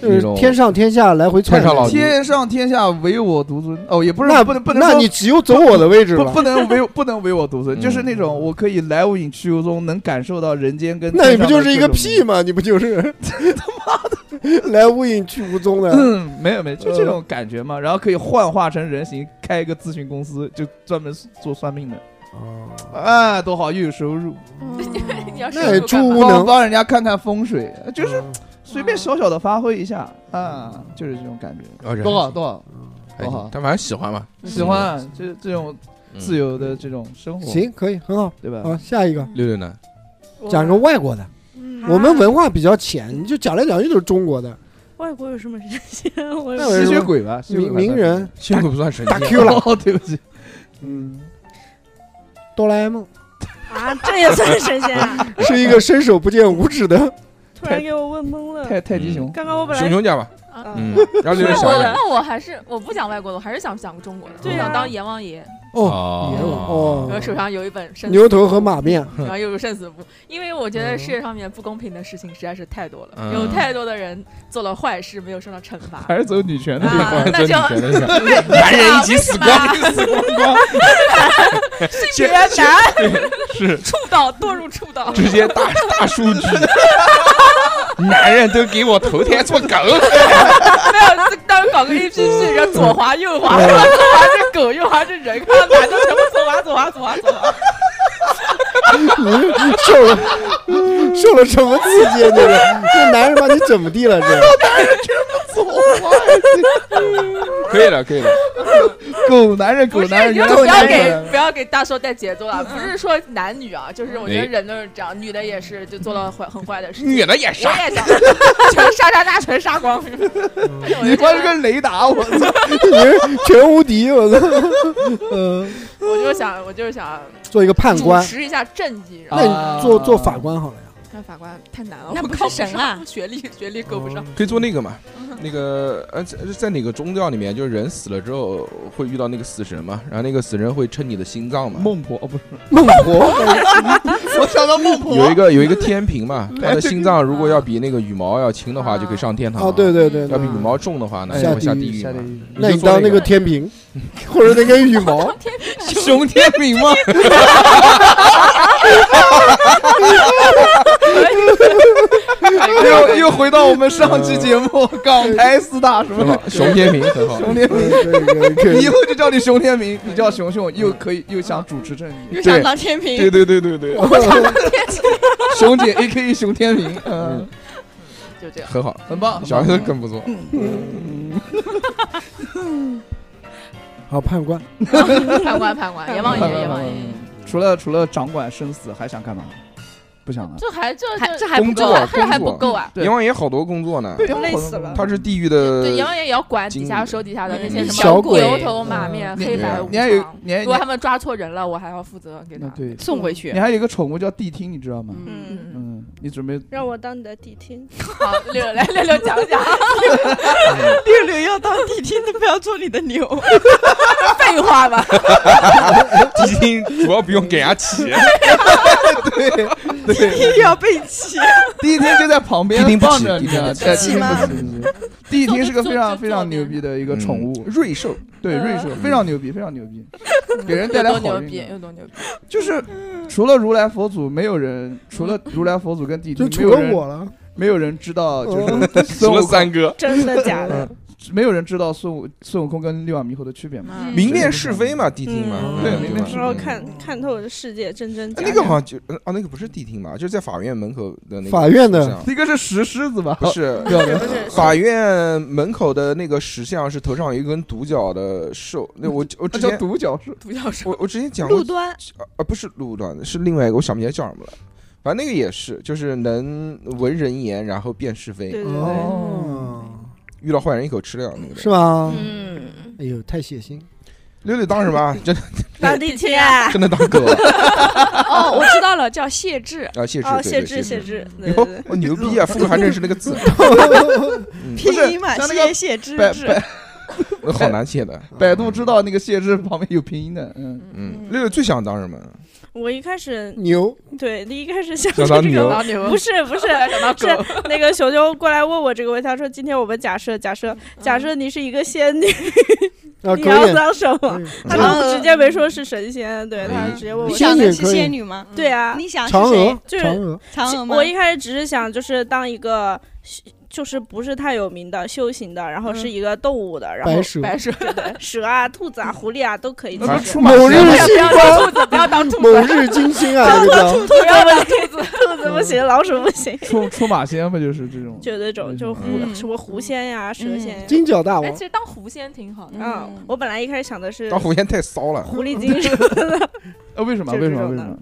就是那种天上天下来回窜太上老君天上天下唯我独尊。哦，也不是那不能不能那说你只有走我的位置不了，不能唯不能唯我独尊，嗯就是那种我可以来无影去无踪，能感受到人间跟那你天不上就是一的个各种屁吗？你不就是他妈的来无影去无踪的？嗯，没有没有，就这种感觉嘛。然后可以幻化成人形，开一个咨询公司，就专门做算命的。啊，多好，又有收入，你要那也是猪无帮能，帮人家看看风水，就是嗯随便小小的发挥一下啊，就是这种感觉。啊，人嗯多好多好，还多行好但哎反正哦喜欢啊嘛，喜欢这这种嗯自由的这种生活，行，哦可以，很好。对吧？好，下一个嗯。六六呢？讲个外国啊的，我们文化比较浅，你就讲来讲去都是中国的外国有什么神仙？我那吸血鬼吧，吸血鬼名吧名人， *laughs* 幸亏不算神大仙 Q 了， *laughs* 哦，对不起，嗯，哆啦 *laughs* A 梦嗯啊，这也算神仙啊！是一个伸手不见五指的，突然给我问 *laughs* 懵了。泰泰迪熊，刚刚我本熊来熊家吧，啊嗯，然后六那六我想那我还是我不讲外国的，我还是想讲中国的。对我啊想当阎王爷，哦，野哦舞然后手哦，上有一本生死牛头和簿 *laughs* *laughs* 马面，然后又有生死簿，因为我觉得嗯世界上面不公平的事情实在是太多了，嗯有太多的人做了坏事没有受到惩罚。还是走女权的路啊 *laughs* 那就男人一起死 *laughs* 光，死光光，别难是触岛堕入触岛，直接大大数据，男人都给我投胎做狗，没有，到时候搞个 A P P，然后左滑右滑，左滑是狗，右滑是人，看到男的全部左滑左滑左滑左滑。你受了嗯受了什么刺激啊？你这这男人把你怎么地了？这可以了，可以了， *laughs* 狗男人，狗不是，男人，你就原来不要男给人。不要给大叔带节奏啊！不是说男女啊，就是我觉得人都是这样，女的也是就做了坏很坏的事情。哎女的也我杀，也想全杀杀杀全杀光。 *laughs* 你光是个雷达，我操！你是全无敌！我操，嗯，我就想，我就是想做一个判主官，持一下正义，然后那啊你做做法官好了 *laughs* 呀。看法官太难了，那我不靠是神上啊，学历学历够不上。可以做那个嘛，那个呃，在在哪个宗教里面，就是人死了之后会遇到那个死神嘛，然后那个死神会称你的心脏嘛，孟婆哦，不是，孟婆，我想到孟婆有一个有一个天平嘛，他的心脏如果要比那个羽毛要轻的话，就可以上天堂嘛哦，对对对，要比羽对毛重的话呢，哎就会下地狱下地嘛。狱。那就你做当那那个个 *laughs* 天平，或者那根羽毛，熊天平吗？ *laughs* 又又回到我们上期节目，港台四大什很么好，熊天平很好。熊 *laughs* *laughs* 天可明，以可以可以以，后就叫 *laughs* 你熊天明，你叫熊熊，又可以又想主持正义，又想当天对平，对对对对，熊姐 A K E 熊天明，嗯嗯，就这样。很好，很棒，小黑更不错。好判官，判官判官，阎王爷阎王爷，除了除了掌管生死，还想干嘛？不想了。这还这还这这还不工够作啊，这还不够啊！对阎王爷好多工作 *laughs* 呢，对累死了他是地狱对，阎的王爷也要管呃底经下理手底下的那嗯些什小么鬼牛头马面、嗯黑白对无你还有常。你还如果他你们抓错人了，我还要负责给他。对，送回去你。还有一个宠物叫谛听，你知道吗？啊嗯，嗯，嗯嗯，你准备让我当你的谛听，好，六六来六六讲讲，六六要当谛听的，不要做你的牛。 *laughs* 废话吧，基金，主要不用给人家起，对对，要被骑，谛听就在旁边谛听不放起着你知道吗，谛听对不起谛听不起谛听是个非常坐非常牛逼的一个宠物，瑞兽，对瑞兽非常牛逼，非常牛逼，给人带来有多好牛运逼，的。有多牛逼！就是除了如来佛祖，没有人除了如来佛祖跟谛就听，没除有了人我了，没有人知道，就嗯除是孙了悟空，三哥，真的假的？没有人知道孙悟孙悟空跟六耳猕猴的区别嘛？嗯明辨是非嘛，谛听嘛嗯，嗯对吧明辨是非然后看看透了世界真真假哎假。那个好像就啊，那个不是谛听吧，就是在法院门口的那个法院的石像一个是石狮子吧？不是不要不要不是法院门口的那个石像是头上有一根独角的兽，那我我 *laughs* 那之啊叫前独角兽。独角兽，我我之前讲过路端啊啊不是路段是另外一个，我想不起来叫什么了。反正那个也是，就是能闻人言，然后辨是非，对对对，哦，遇到坏人一口吃掉那个人。是吗？嗯，哎呦，太血腥，六六当什么啊？真的当谛听真的当狗啊？哦， *laughs* 我知道了，叫谢志。啊谢志，哦，对谢对志谢谢。志，对对哟对，，我牛逼啊！富贵还认识那个字，嗯不是拼音嘛，像那个谢谢之百志。百我好难写的。百度知道那个谢志旁边有拼音的，嗯，嗯，六六最想当什么？我一开始牛，对你一开始想想说当这牛个，当牛 *laughs* 不是不是，啊是那个熊熊过来问我这个问题，他说今天我们假设假设假设你是一个仙女， *laughs* 啊，可你要以。当什么？嗯他都直接没说是神仙，对他直接问嗯我你。想的仙是女可以仙女吗？对啊，你想是嫦娥谁？，就是嫦娥，嫦娥吗？我一开始只是想就是当一个。就是不是太有名的修行的，然后是一个动物的，然后白蛇，白蛇，蛇啊、兔子啊、狐狸啊都可以。那不其是实出马某仙日吗不星要当光，兔子，不要当兔某子，日金星啊，这个不要当兔子，兔子不行，老鼠不行， *laughs* 出出马仙不就是这种？就那种就狐嗯什么狐仙呀、蛇仙呀。金角大哎，王其，实当狐仙挺好的。嗯，我本来一开始想的是当狐仙太骚了，狐 *laughs* 狸精蛇， *laughs* 呃，为什么？就为是什么？这种为的什么？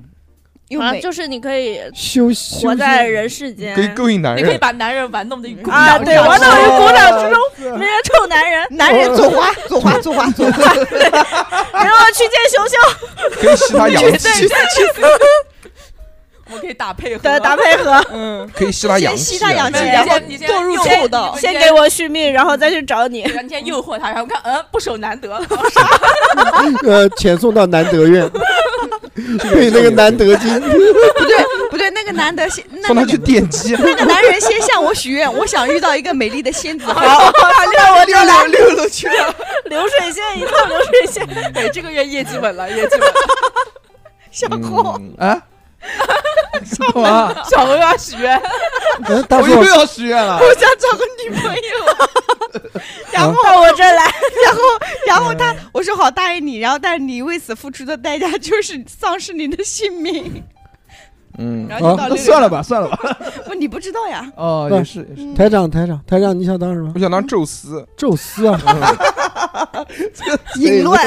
又反美正就是你可以修修活 *laughs* 在人世间可以勾引男你可以人。把男人玩弄的一股啊，对，我我等于鼓掌之中，哎中那些臭 *laughs* 男人，男人坐花，坐花，坐 *laughs* 花，坐花。然后去见熊熊，可以吸他阳气，我们可以打配合，对，搭配合，嗯，可以吸他氧先气吸啊，他氧气，对然后你先堕入诱臭惑道，先给我续命，然后再去找你。对，你先诱惑他，然后看，嗯，不守难得，呃，遣送到南德院，被那个南德金， *laughs* 不对 *laughs* 不对，那个男的先，那送嗯他个去电击，啊那个男人先向我许愿，我想遇到一个美丽的仙子， *laughs* 好，那我就来溜溜去了， *laughs* 流水 *laughs* 线一趟流水线，对，这个月业绩稳了，业绩稳 *laughs* 了，小猴，嗯啊， *laughs* 干嘛？小猴要许愿，哎，大我硕又要许愿了。我想找个女朋友，然后到我这儿来，嗯 *laughs* 嗯然后他，我说好答应你，然后但是你为此付出的代价就是丧失你的性命，嗯，然后就到那六月算了，吧，算了 *laughs* 吧。不，你不知道呀，哦，也是也是，台长，台长，台长，你想当什么我？想当宙斯，宙斯啊，淫乱，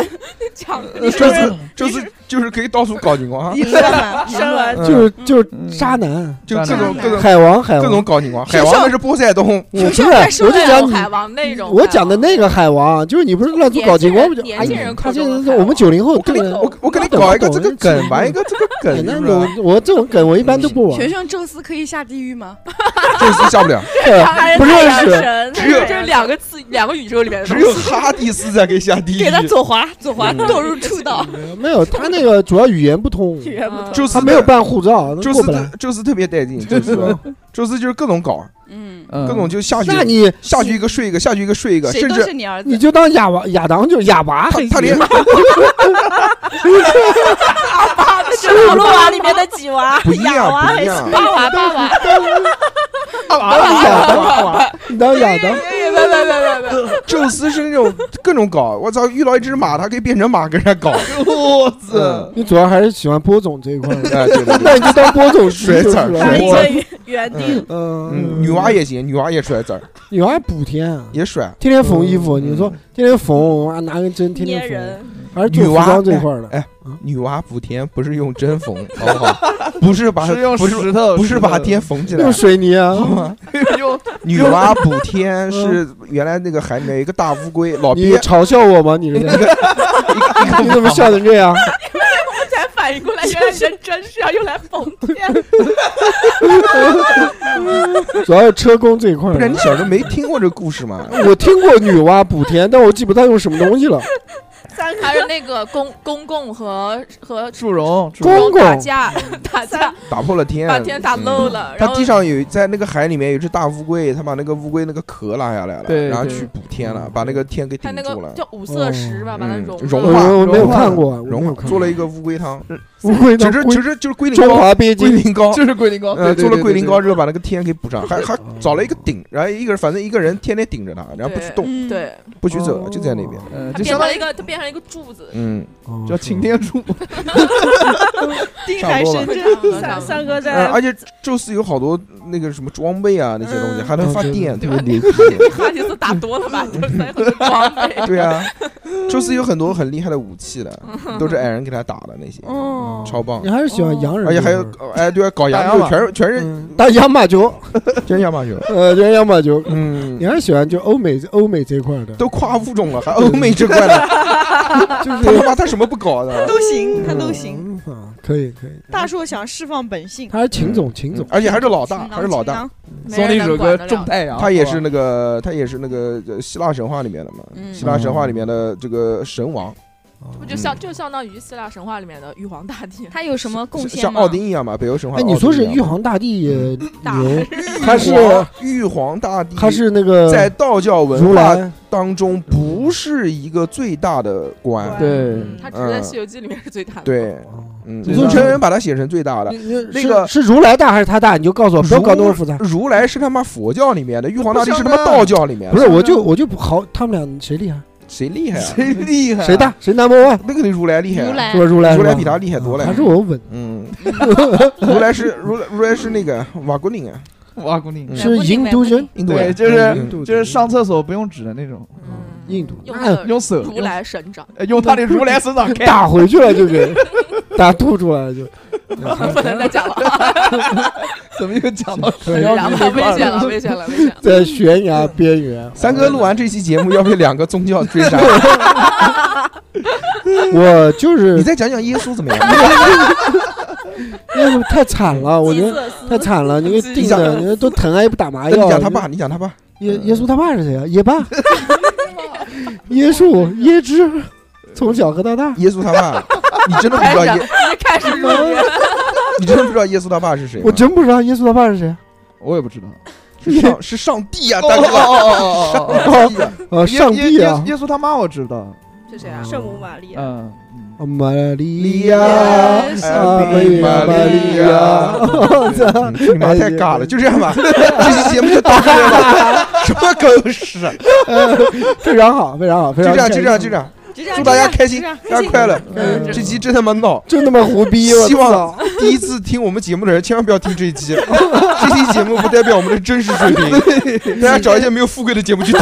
抢宙斯，宙斯就是可以到处搞你光，淫乱嘛，淫生乱完 *laughs* 就是就是嗯渣男，就各种渣男各种海王，海各种王，搞你光，海王那是波塞冬，我不是，太受我就了，讲你，海王那种。我讲的那个海王，啊就是你不是乱做搞金光，不就年哎轻呀人他口这中的海我们王九零后我跟根你本我我跟你不懂搞一个不这懂个梗，玩一个这个梗，哎那是不是种我这种梗我一般都不 *laughs* 玩学，生宙斯可以下地狱吗？宙斯下不了，啊不认识，神，只有这是两个字，两个宇宙里面的东只西。有哈迪斯才可以下地狱给。他左滑，左滑嗯堕入触道。 *laughs* 没有他那个主要语言不通， *laughs* 语言不通，宙斯他没有办护照，宙过斯不来。宙斯特别带劲，宙斯宙斯就是各种搞，嗯，各各种就下去那你下去一个睡一个，下去一个睡一个，谁甚都至是你儿子你，就当亚娃亚当就亚娃他黑他连，是葫芦娃里面的几娃不一样哑娃不还一是 *laughs* 样，八娃八娃，当亚当， *laughs* 你当亚别当，别别别别 *laughs* 别，宙斯是那种各种搞，我操，遇到一只马，他可以变成马跟人家 *laughs* 搞，啊我操！你主要还是喜欢播种这一块儿。 *laughs* 哎，对对那对，你就当播种师水就籽是儿当了一水个原原地，嗯，嗯，女娲也行，女娲也甩籽儿，女娃补天啊，也甩，天天缝衣服，嗯你说天天缝，啊，拿根针天捏天缝，人， *laughs* 还是做服装这块儿的。哎，女娲补天不是用针缝，好不 *laughs* 好？不是把是用不是石头，不是把天天缝起来用，水泥啊，好吗？ *laughs* 用女娲补天是原来那个海里面有一个大乌龟，老你鳖嘲笑我吗？ *laughs* 你是在你怎么笑成这样？才反应过来，原来你的针是要用来缝。主要是车工这一块儿不是你的。小时候没听过这个故事 *laughs* 吗？我听过女娲补天，但我记不到用什么东西了。三个还有那个公公公和和祝融，祝融公公打公架打架，打破了天，把天打漏了，嗯他然后地上有在那个海里面有只大乌龟，他把那个乌龟那个壳拉下来了，对然后对去补天了，把那个天给他顶那住了个。叫五色石吧，把它嗯融融了化我我没有融化看过，我没有融化看过做了一个乌龟汤，乌龟只的是龟只是就是龟苓中膏，华鳖龟苓精，膏， *laughs* 就是龟苓膏，呃，对对做了对龟对苓对膏之后把那个天给补上，还还找了一个顶，然后一个人反正一个人天天顶着它，然后不许动，嗯，对，不许走，就在那边。呃，它就相嗯变成当了于一个，它变成了一个柱子， *laughs* 嗯，哦叫擎天柱， *laughs* 定差海不多神吧针，三三哥呃在而且宙斯有好多那个什么装备啊，那些东西嗯还能发嗯电，特对别牛逼。哈迪斯打多 *laughs* 了吧，就在很多装备。 *laughs* *laughs* 对啊，宙斯有很多很厉害的武器的，都是矮人给他打的那些，哦超棒你。还是喜欢洋人而且这还块有呃儿，哎，对啊，搞打洋洋酒马全是全是嗯打洋马球，全是亚马逊。 *laughs* 呃，就是洋马球。嗯你，还是喜欢就欧美欧美这块儿的， *laughs* 都跨物种了，还欧美这块的，就是他他妈他什么不搞 *laughs* 的？都行，他都行。嗯，啊可以可以。大硕想释放本性，他是秦嗯总，秦总，而且还是老大，还是老大，。没送了人一能首歌管得《了种太阳》，他也是那个他也是那个呃希腊神话里面的嘛，嗯希腊神话里面的这个神王，不就相就相当于希腊神话里面的玉皇大帝， *laughs* 他有什哦么贡献像吗奥丁一样嘛，北欧神话哎，的奥丁一样。啊你说是玉皇大帝呃也嗯牛，他他是玉皇大帝，他是那个在道教文如化来，当中不是一个最大的官， *laughs* 对嗯，他只是在《西游记》里面是最大的。，对，哦嗯，最大吴承恩把他写成最大的。那是个是如来大还是他大？你就告诉我，不要搞那么复杂。如来是他妈佛教里面的，玉皇大帝是他不妈像的道教里面的，不是，我就我就不好，他们俩谁厉害？谁厉害啊？谁厉害？谁？大？谁 number one？那个得如来厉害啊，如来是吧？如来，如来是吧比他厉害多了还是我稳，嗯，如来是如来如来是那个瓦古岭啊， *laughs* 哇，姑娘嗯，是印度人，印度人，对就是嗯印度人就是上厕所不用纸的那种，嗯，印度用那他的用手如来神 *laughs* 掌，呃用他的如来神掌开。打回去了就给打吐出来就，不能再讲了， *laughs* 怎么又讲到可以然后危险了，危险了，危险了。在悬崖边缘。 *laughs* 三哥录完这期节目要被两个宗教追杀，我就是你再讲讲耶稣怎么样？那个太惨了，我觉鸡得瑟丝太惨了。你给自己定想的，人家都疼啊，也不打麻那你药。讲他爸，你讲他爸，耶耶稣他爸是谁啊？耶爸，耶稣，耶之，从小喝到大。耶稣他爸，你真的不知道耶，开始入园，你真的不知道耶稣他爸是谁吗？我真不知道耶稣他爸是谁。啊 *laughs* 我也不知道。是上是上帝呀，哦大哥，哦哦 *laughs* 哦上帝呀，啊，上帝啊！耶稣他妈我知道，是谁啊？圣母玛利亚。嗯，啊玛利利亚，亚，阿贝玛利亚，我操！你妈太尬了，就这样吧，这期节目就到这儿了，什么狗屎，啊非常好，非常好，非就常这好样，就这样，就这样，就这样祝大家开心，就这大样家快乐，嗯这期真他妈闹。真他妈胡逼！*laughs* 我希操望第一次听我们节目的人千万不要听这一期，这期节目不代表我们的真实水平。大家找一些没有富贵的节目去听。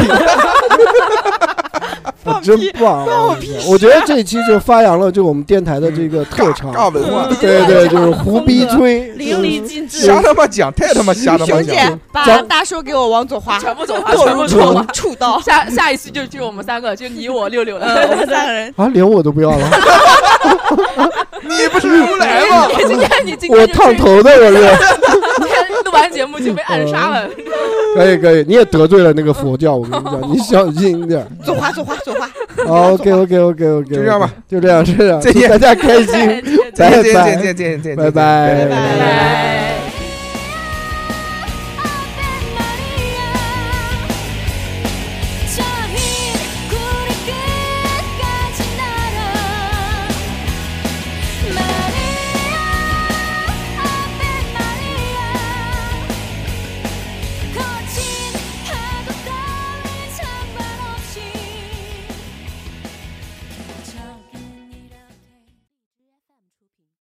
真棒！我我觉得这一期就发扬了就我们电台的这个特长，尬尬文化，对对，就是胡逼吹，淋漓尽致，瞎他妈讲，太他妈瞎他妈熊姐讲。把咱大叔给我往左滑，全部走花，堕全部入走花畜。畜道。 *laughs* 下下一期就就我们三个，就你我六六了。呃，我们三个人啊，连我都不要了， *laughs* 你不是如来吗？ *laughs* 今天你今我天就烫是头的，我是。今天录完节目就被暗杀了。可以可以，你也得罪了那个 *laughs* 佛教，我跟你讲，你小心一点。左滑左滑左滑。 OK OK OK OK，就这样吧，就这样，就这 *laughs* 样，再见祝大家开心，对对拜对再见再拜见再见再见，拜拜拜拜。拜。